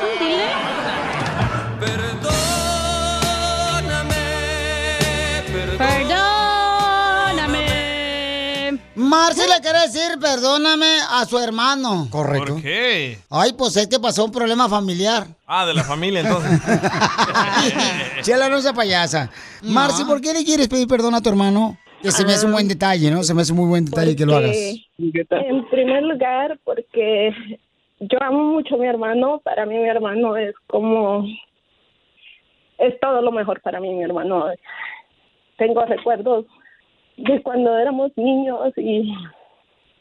Perdóname. Marce le quiere decir perdóname a su hermano. ¿Por qué? Ay, pues es que pasó un problema familiar. Ah, de la familia, entonces. Chela, no sea payasa. Marce, ¿por qué le quieres pedir perdón a tu hermano? Que se me hace un buen detalle, ¿no? Se me hace muy buen detalle que lo hagas. Porque, En primer lugar, porque yo amo mucho a mi hermano. Para mí, mi hermano es como. Es todo lo mejor para mí, mi hermano. Tengo recuerdos de cuando éramos niños y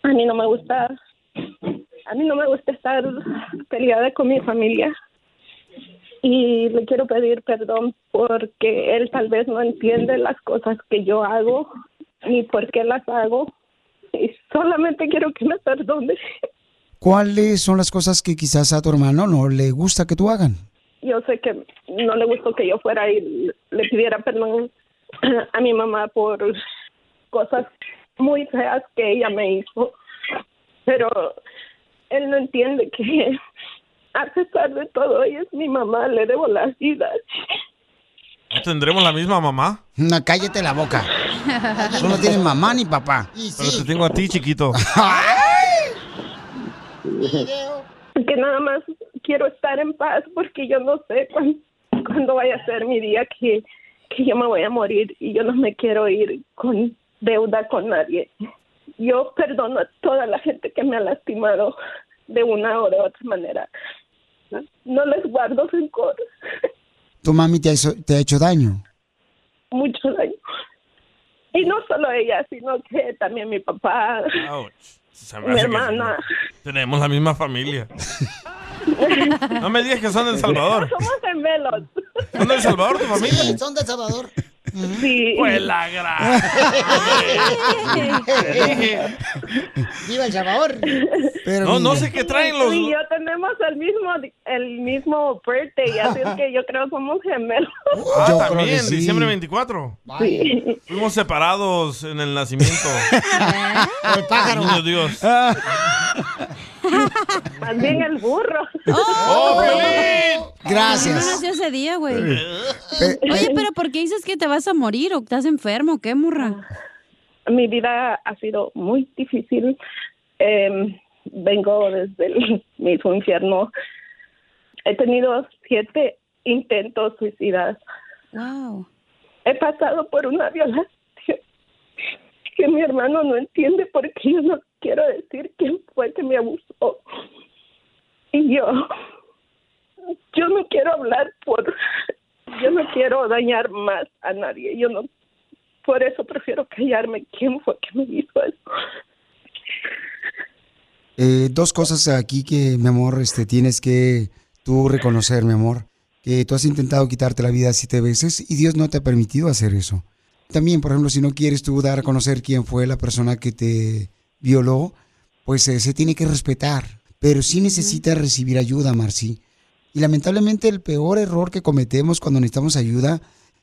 a mí no me gusta. A mí no me gusta estar peleada con mi familia. Y le quiero pedir perdón porque él tal vez no entiende las cosas que yo hago ni por qué las hago. Y solamente quiero que me perdone. ¿Cuáles son las cosas que quizás a tu hermano no le gusta que tú hagan? Yo sé que no le gustó que yo fuera y le pidiera perdón a mi mamá por cosas muy feas que ella me hizo. Pero él no entiende que a pesar de todo, ella es mi mamá, le debo las vidas. ¿No tendremos la misma mamá? No, cállate la boca. Tú no tienes mamá ni papá. Pero te tengo a ti, chiquito. que nada más quiero estar en paz porque yo no sé cuán- cuándo, vaya a ser mi día que, que yo me voy a morir y yo no me quiero ir con deuda con nadie. Yo perdono a toda la gente que me ha lastimado de una o de otra manera. No les guardo rencor, Tu mami te ha, hizo- te ha hecho daño. mucho daño. Y no solo ella, sino que también mi papá, Se me mi hace que hermana. tenemos la misma familia. No me digas que son de El Salvador. Somos gemelos. ¿Son de El Salvador tu familia? Sí, son de El Salvador. Sí. Pues la gran. dije. ¡Viva El Salvador! No, no sé qué traen los. Tú y yo tenemos el mismo, el mismo birthday, así es que yo creo que somos gemelos. Yo Ah, creo que también, sí. diciembre 24. Sí. Fuimos separados en el nacimiento. El pájaro. Niño Dios. Más bien el burro. ¡Oh, Gracias. No nació ese día, güey. Pe- Oye, pero ¿por qué dices que te vas a morir o que estás enfermo? ¿Qué murra? Mi vida ha sido muy difícil. Em, vengo desde el mismo infierno. He tenido siete intentos suicidas. Wow. He pasado por una violación que mi hermano no entiende porque yo no quiero decir quién fue que me abusó. Y yo, yo no quiero hablar por, yo no quiero dañar más a nadie. Yo no, por eso prefiero callarme quién fue que me hizo eso. Eh, dos cosas aquí que, mi amor, este, tienes que tú reconocer, mi amor, que tú has intentado quitarte la vida siete veces y Dios no te ha permitido hacer eso. También, por ejemplo, si no quieres tú dar a conocer quién fue la persona que te violó, pues eh, se tiene que respetar. Pero sí necesitas recibir ayuda, Marci. Y lamentablemente el peor error que cometemos cuando necesitamos ayuda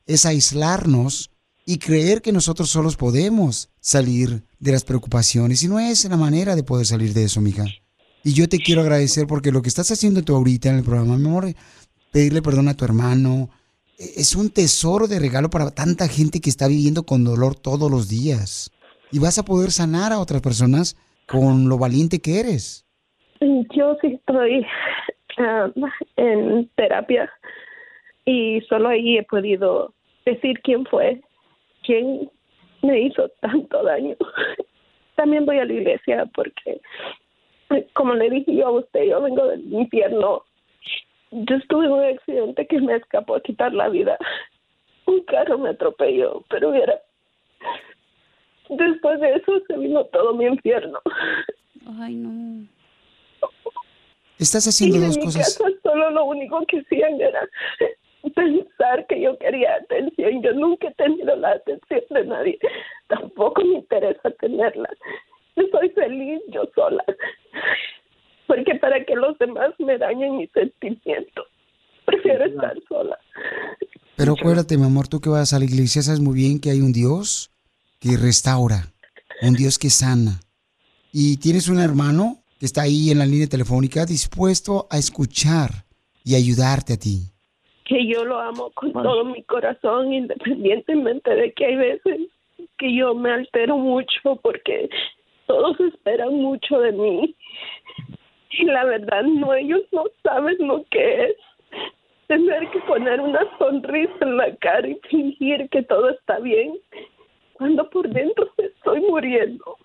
es aislarnos y creer que nosotros solos podemos salir de las preocupaciones. Y no es la manera de poder salir de eso, mija. Y yo te quiero agradecer porque lo que estás haciendo tú ahorita en el programa, mi amor, pedirle perdón a tu hermano, e- es un tesoro de regalo para tanta gente que está viviendo con dolor todos los días. Y vas a poder sanar a otras personas con lo valiente que eres. Yo sí estoy um, en terapia y solo ahí he podido decir quién fue, quién me hizo tanto daño. También voy a la iglesia porque, como le dije yo a usted, yo vengo del infierno. Yo estuve en un accidente que me escapó a quitar la vida. Un carro me atropelló, pero hubiera... Después de eso se vino todo mi infierno. Ay, no. Estás haciendo Y en dos mi cosas. casa solo lo único que hacían era pensar que yo quería atención. Yo nunca he tenido la atención de nadie. Tampoco me interesa tenerla. Yo soy feliz yo sola. Porque para que los demás me dañen mis sentimientos, prefiero estar sola. Pero acuérdate, mi amor, tú que vas a la iglesia, sabes muy bien que hay un Dios que restaura, un Dios que sana. Y tienes un hermano que está ahí en la línea telefónica dispuesto a escuchar y ayudarte a ti. que yo lo amo con todo mi corazón, independientemente de que hay veces que yo me altero mucho porque todos esperan mucho de mí. Y la verdad, no, ellos no saben lo que es tener que poner una sonrisa en la cara y fingir que todo está bien, cuando por dentro me estoy muriendo.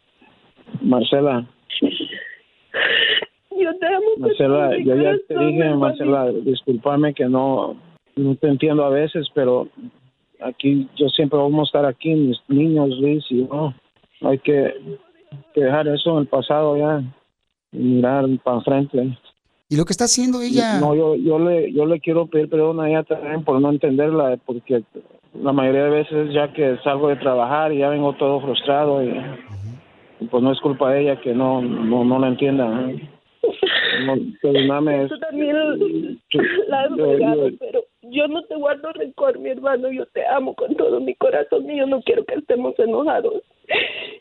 Marcela, Yo te amo. con todo Marcela, mi yo ya te corazón, dije, hermanito. Marcela, discúlpame que no, no te entiendo a veces, pero aquí yo siempre vamos a estar aquí, mis niños, Luis y yo. Hay que, que dejar eso en el pasado ya y mirar para frente. ¿Y lo que está haciendo ella? No, yo, yo, le, yo le quiero pedir perdón a ella también por no entenderla, porque la mayoría de veces ya que salgo de trabajar y ya vengo todo frustrado y, y pues no es culpa de ella que no, no, no la entienda. ¿eh? ¿no? No, pues, perdóname, es- Tú también yo- la has yo- regado, yo- pero yo no te guardo rencor, mi hermano. Yo te amo con todo mi corazón y yo no quiero que estemos enojados.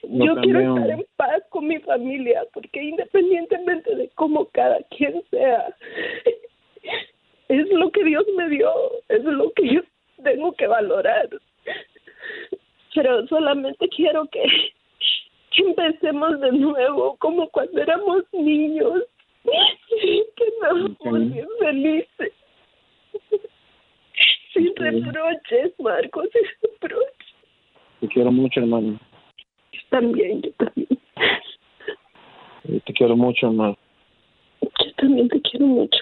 No, yo quiero también. estar en paz con mi familia, porque independientemente de cómo cada quien sea, es lo que Dios me dio, es lo que yo tengo que valorar. Pero solamente quiero que, que empecemos de nuevo, como cuando éramos niños, que éramos Ok. bien felices. Sin reproches, Marco, sin reproches. Te quiero mucho, hermano. También, yo pues, también. Eh, Te quiero mucho, hermano. Yo también te quiero mucho.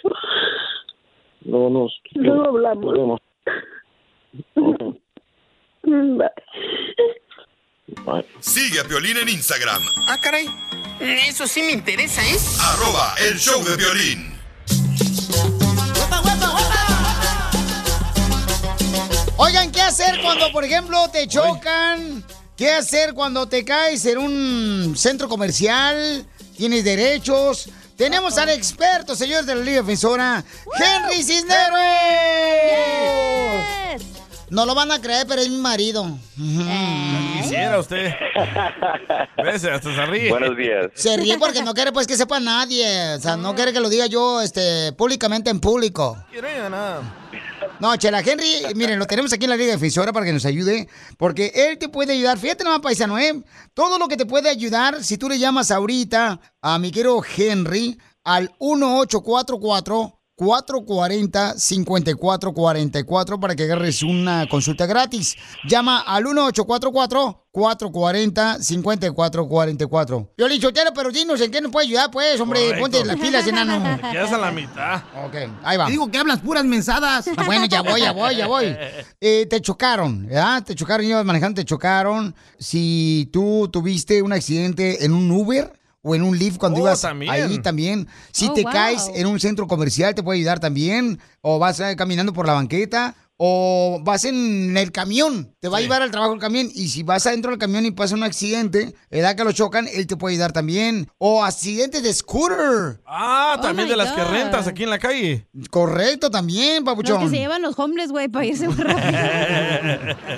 Luego nos... Luego hablamos. nos vemos. Mm, bye. Sigue a Piolín en Instagram, Ah, caray. Eso sí me interesa, ¿eh? ¿es? arroba el show de violín. Oigan, ¿qué hacer cuando, por ejemplo, te chocan? ¿Qué hacer cuando te caes en un centro comercial? ¿Tienes derechos? Tenemos al experto, señores de la Liga Defensora, Henry Cisneros. No lo van a creer, pero es mi marido. Quisiera usted. ¿Ves? Hasta se ríe. Buenos días. Se ríe porque no quiere pues que sepa nadie. O sea, no quiere que lo diga yo este, públicamente en público. No, Chela, Henry, miren, lo tenemos aquí en la Liga Defensora para que nos ayude, porque él te puede ayudar. Fíjate nomás, paisano, ¿eh? Todo lo que te puede ayudar, si tú le llamas ahorita a mi querido Henry al 1844 440 5444 para que agarres una consulta gratis. Llama al 1844 440 5444. Yo le chotero, pero dinos en qué nos puede ayudar, pues, hombre, Correcto. ponte las pilas, enano. Te quedas a la mitad. Ok, ahí va. Digo, que hablas puras mensadas. Ah, bueno, ya voy, ya voy, ya voy. Eh, te chocaron, ¿verdad? Te chocaron, ibas manejando, te chocaron. Si tú tuviste un accidente en un Uber o en un Lyft cuando Oh, ibas también. ahí también. Si Oh, te wow. caes en un centro comercial te puede ayudar también. O vas eh, caminando por la banqueta. O vas en el camión, te va a llevar al trabajo el camión. Y si vas adentro del camión y pasa un accidente, edad que lo chocan, él te puede ayudar también. O accidentes de scooter. Ah, Oh también my de las que God. rentas aquí en la calle. Correcto también, Los que papuchón. se llevan los homeless, güey, para irse muy rápido.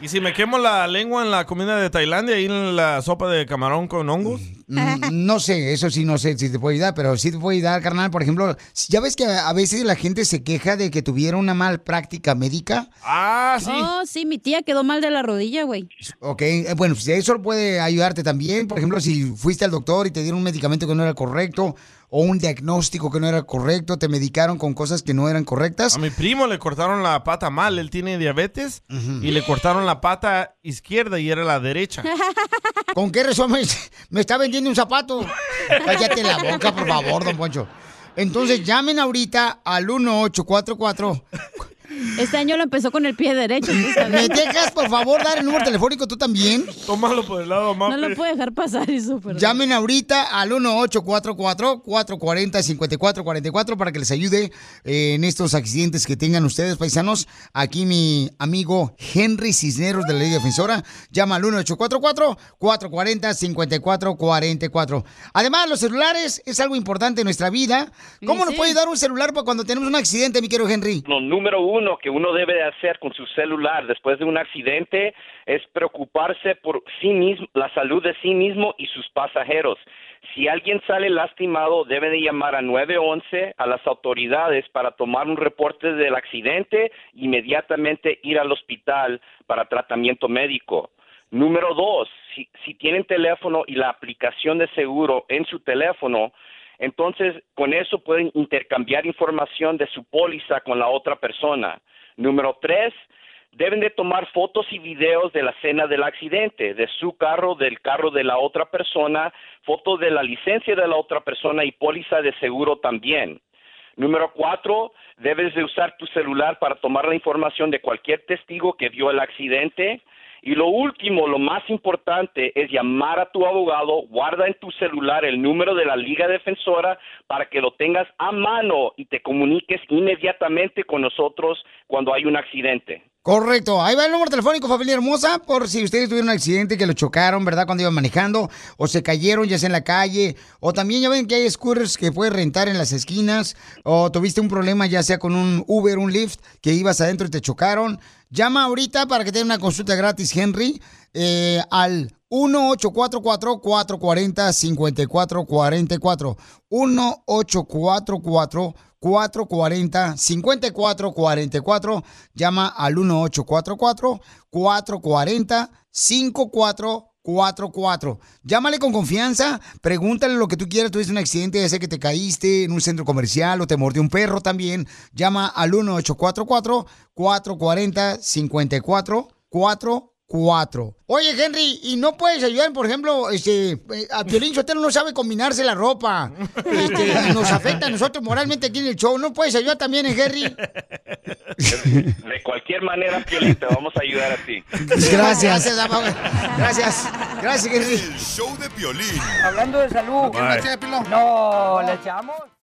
¿Y si me quemo la lengua en la comida de Tailandia y en la sopa de camarón con hongos? Mm, No sé, eso sí, no sé si te puede ayudar, pero sí te puede ayudar, carnal. Por ejemplo, si- ya ves que a a veces la gente se queja de que tuviera una mal práctica médica. Ah, sí. Oh, sí, mi tía quedó mal de la rodilla, güey. Este Ok, eh, bueno, pues eso puede ayudarte también. Por ejemplo, si fuiste al doctor y te dieron un medicamento que no era correcto o un diagnóstico que no era correcto, te medicaron con cosas que no eran correctas. A mi primo le cortaron la pata mal, él tiene diabetes y le cortaron la pata izquierda y era la derecha. ¿Con qué razón me, me está vendiendo un zapato? Cállate la boca, por favor, don Poncho. Entonces llamen ahorita al 1844. Este año lo empezó con el pie derecho. ¿Me dejas, por favor, dar el número telefónico tú también? Tómalo por el lado, No lo puedo dejar pasar eso, perdón. Llamen ahorita al 1844-440-5444 para que les ayude eh, en estos accidentes que tengan ustedes, paisanos. Aquí mi amigo Henry Cisneros de la Ley Defensora llama al 1844-440-5444. Además, los celulares es algo importante en nuestra vida. ¿Cómo nos puede ayudar un celular para cuando tenemos un accidente, mi querido Henry? Lo número uno que uno debe de hacer con su celular después de un accidente es preocuparse por sí mismo, la salud de sí mismo y sus pasajeros. Si alguien sale lastimado, debe de llamar a 911 a las autoridades para tomar un reporte del accidente, inmediatamente ir al hospital para tratamiento médico. Número dos, si, si tienen teléfono y la aplicación de seguro en su teléfono, entonces, con eso pueden intercambiar información de su póliza con la otra persona. Número tres, deben de tomar fotos y videos de la escena del accidente, de su carro, del carro de la otra persona, fotos de la licencia de la otra persona y póliza de seguro también. Número cuatro, debes de usar tu celular para tomar la información de cualquier testigo que vio el accidente. Y lo último, lo más importante, es llamar a tu abogado, guarda en tu celular el número de la Liga Defensora para que lo tengas a mano y te comuniques inmediatamente con nosotros cuando hay un accidente. Correcto, ahí va el número telefónico, familia hermosa, por si ustedes tuvieron un accidente que lo chocaron, ¿verdad? Cuando iban manejando, o se cayeron ya sea en la calle, o también ya ven que hay scooters que puedes rentar en las esquinas, o tuviste un problema ya sea con un Uber, un Lyft, que ibas adentro y te chocaron. Llama ahorita para que tenga una consulta gratis, Henry, eh, al 1844-440-5444. 1844-440-5444. Llama al 1844-440-5444. Llámale con confianza, pregúntale lo que tú quieras. Tuviste un accidente, ya sea que te caíste en un centro comercial o te mordió un perro también. Llama al 1844-440-5444. 4. Oye, Henry, ¿y no puedes ayudar, por ejemplo, este, eh, a Piolín Sotelo no sabe combinarse la ropa? Este, nos afecta a nosotros moralmente aquí en el show. ¿No puedes ayudar también, eh, Henry? De cualquier manera, Piolín, te vamos a ayudar a ti. Gracias. Gracias, Amado. Gracias. Gracias, Henry. show de Piolín. Hablando de salud. ¿No quiere una Bye. ché No, ¿le echamos?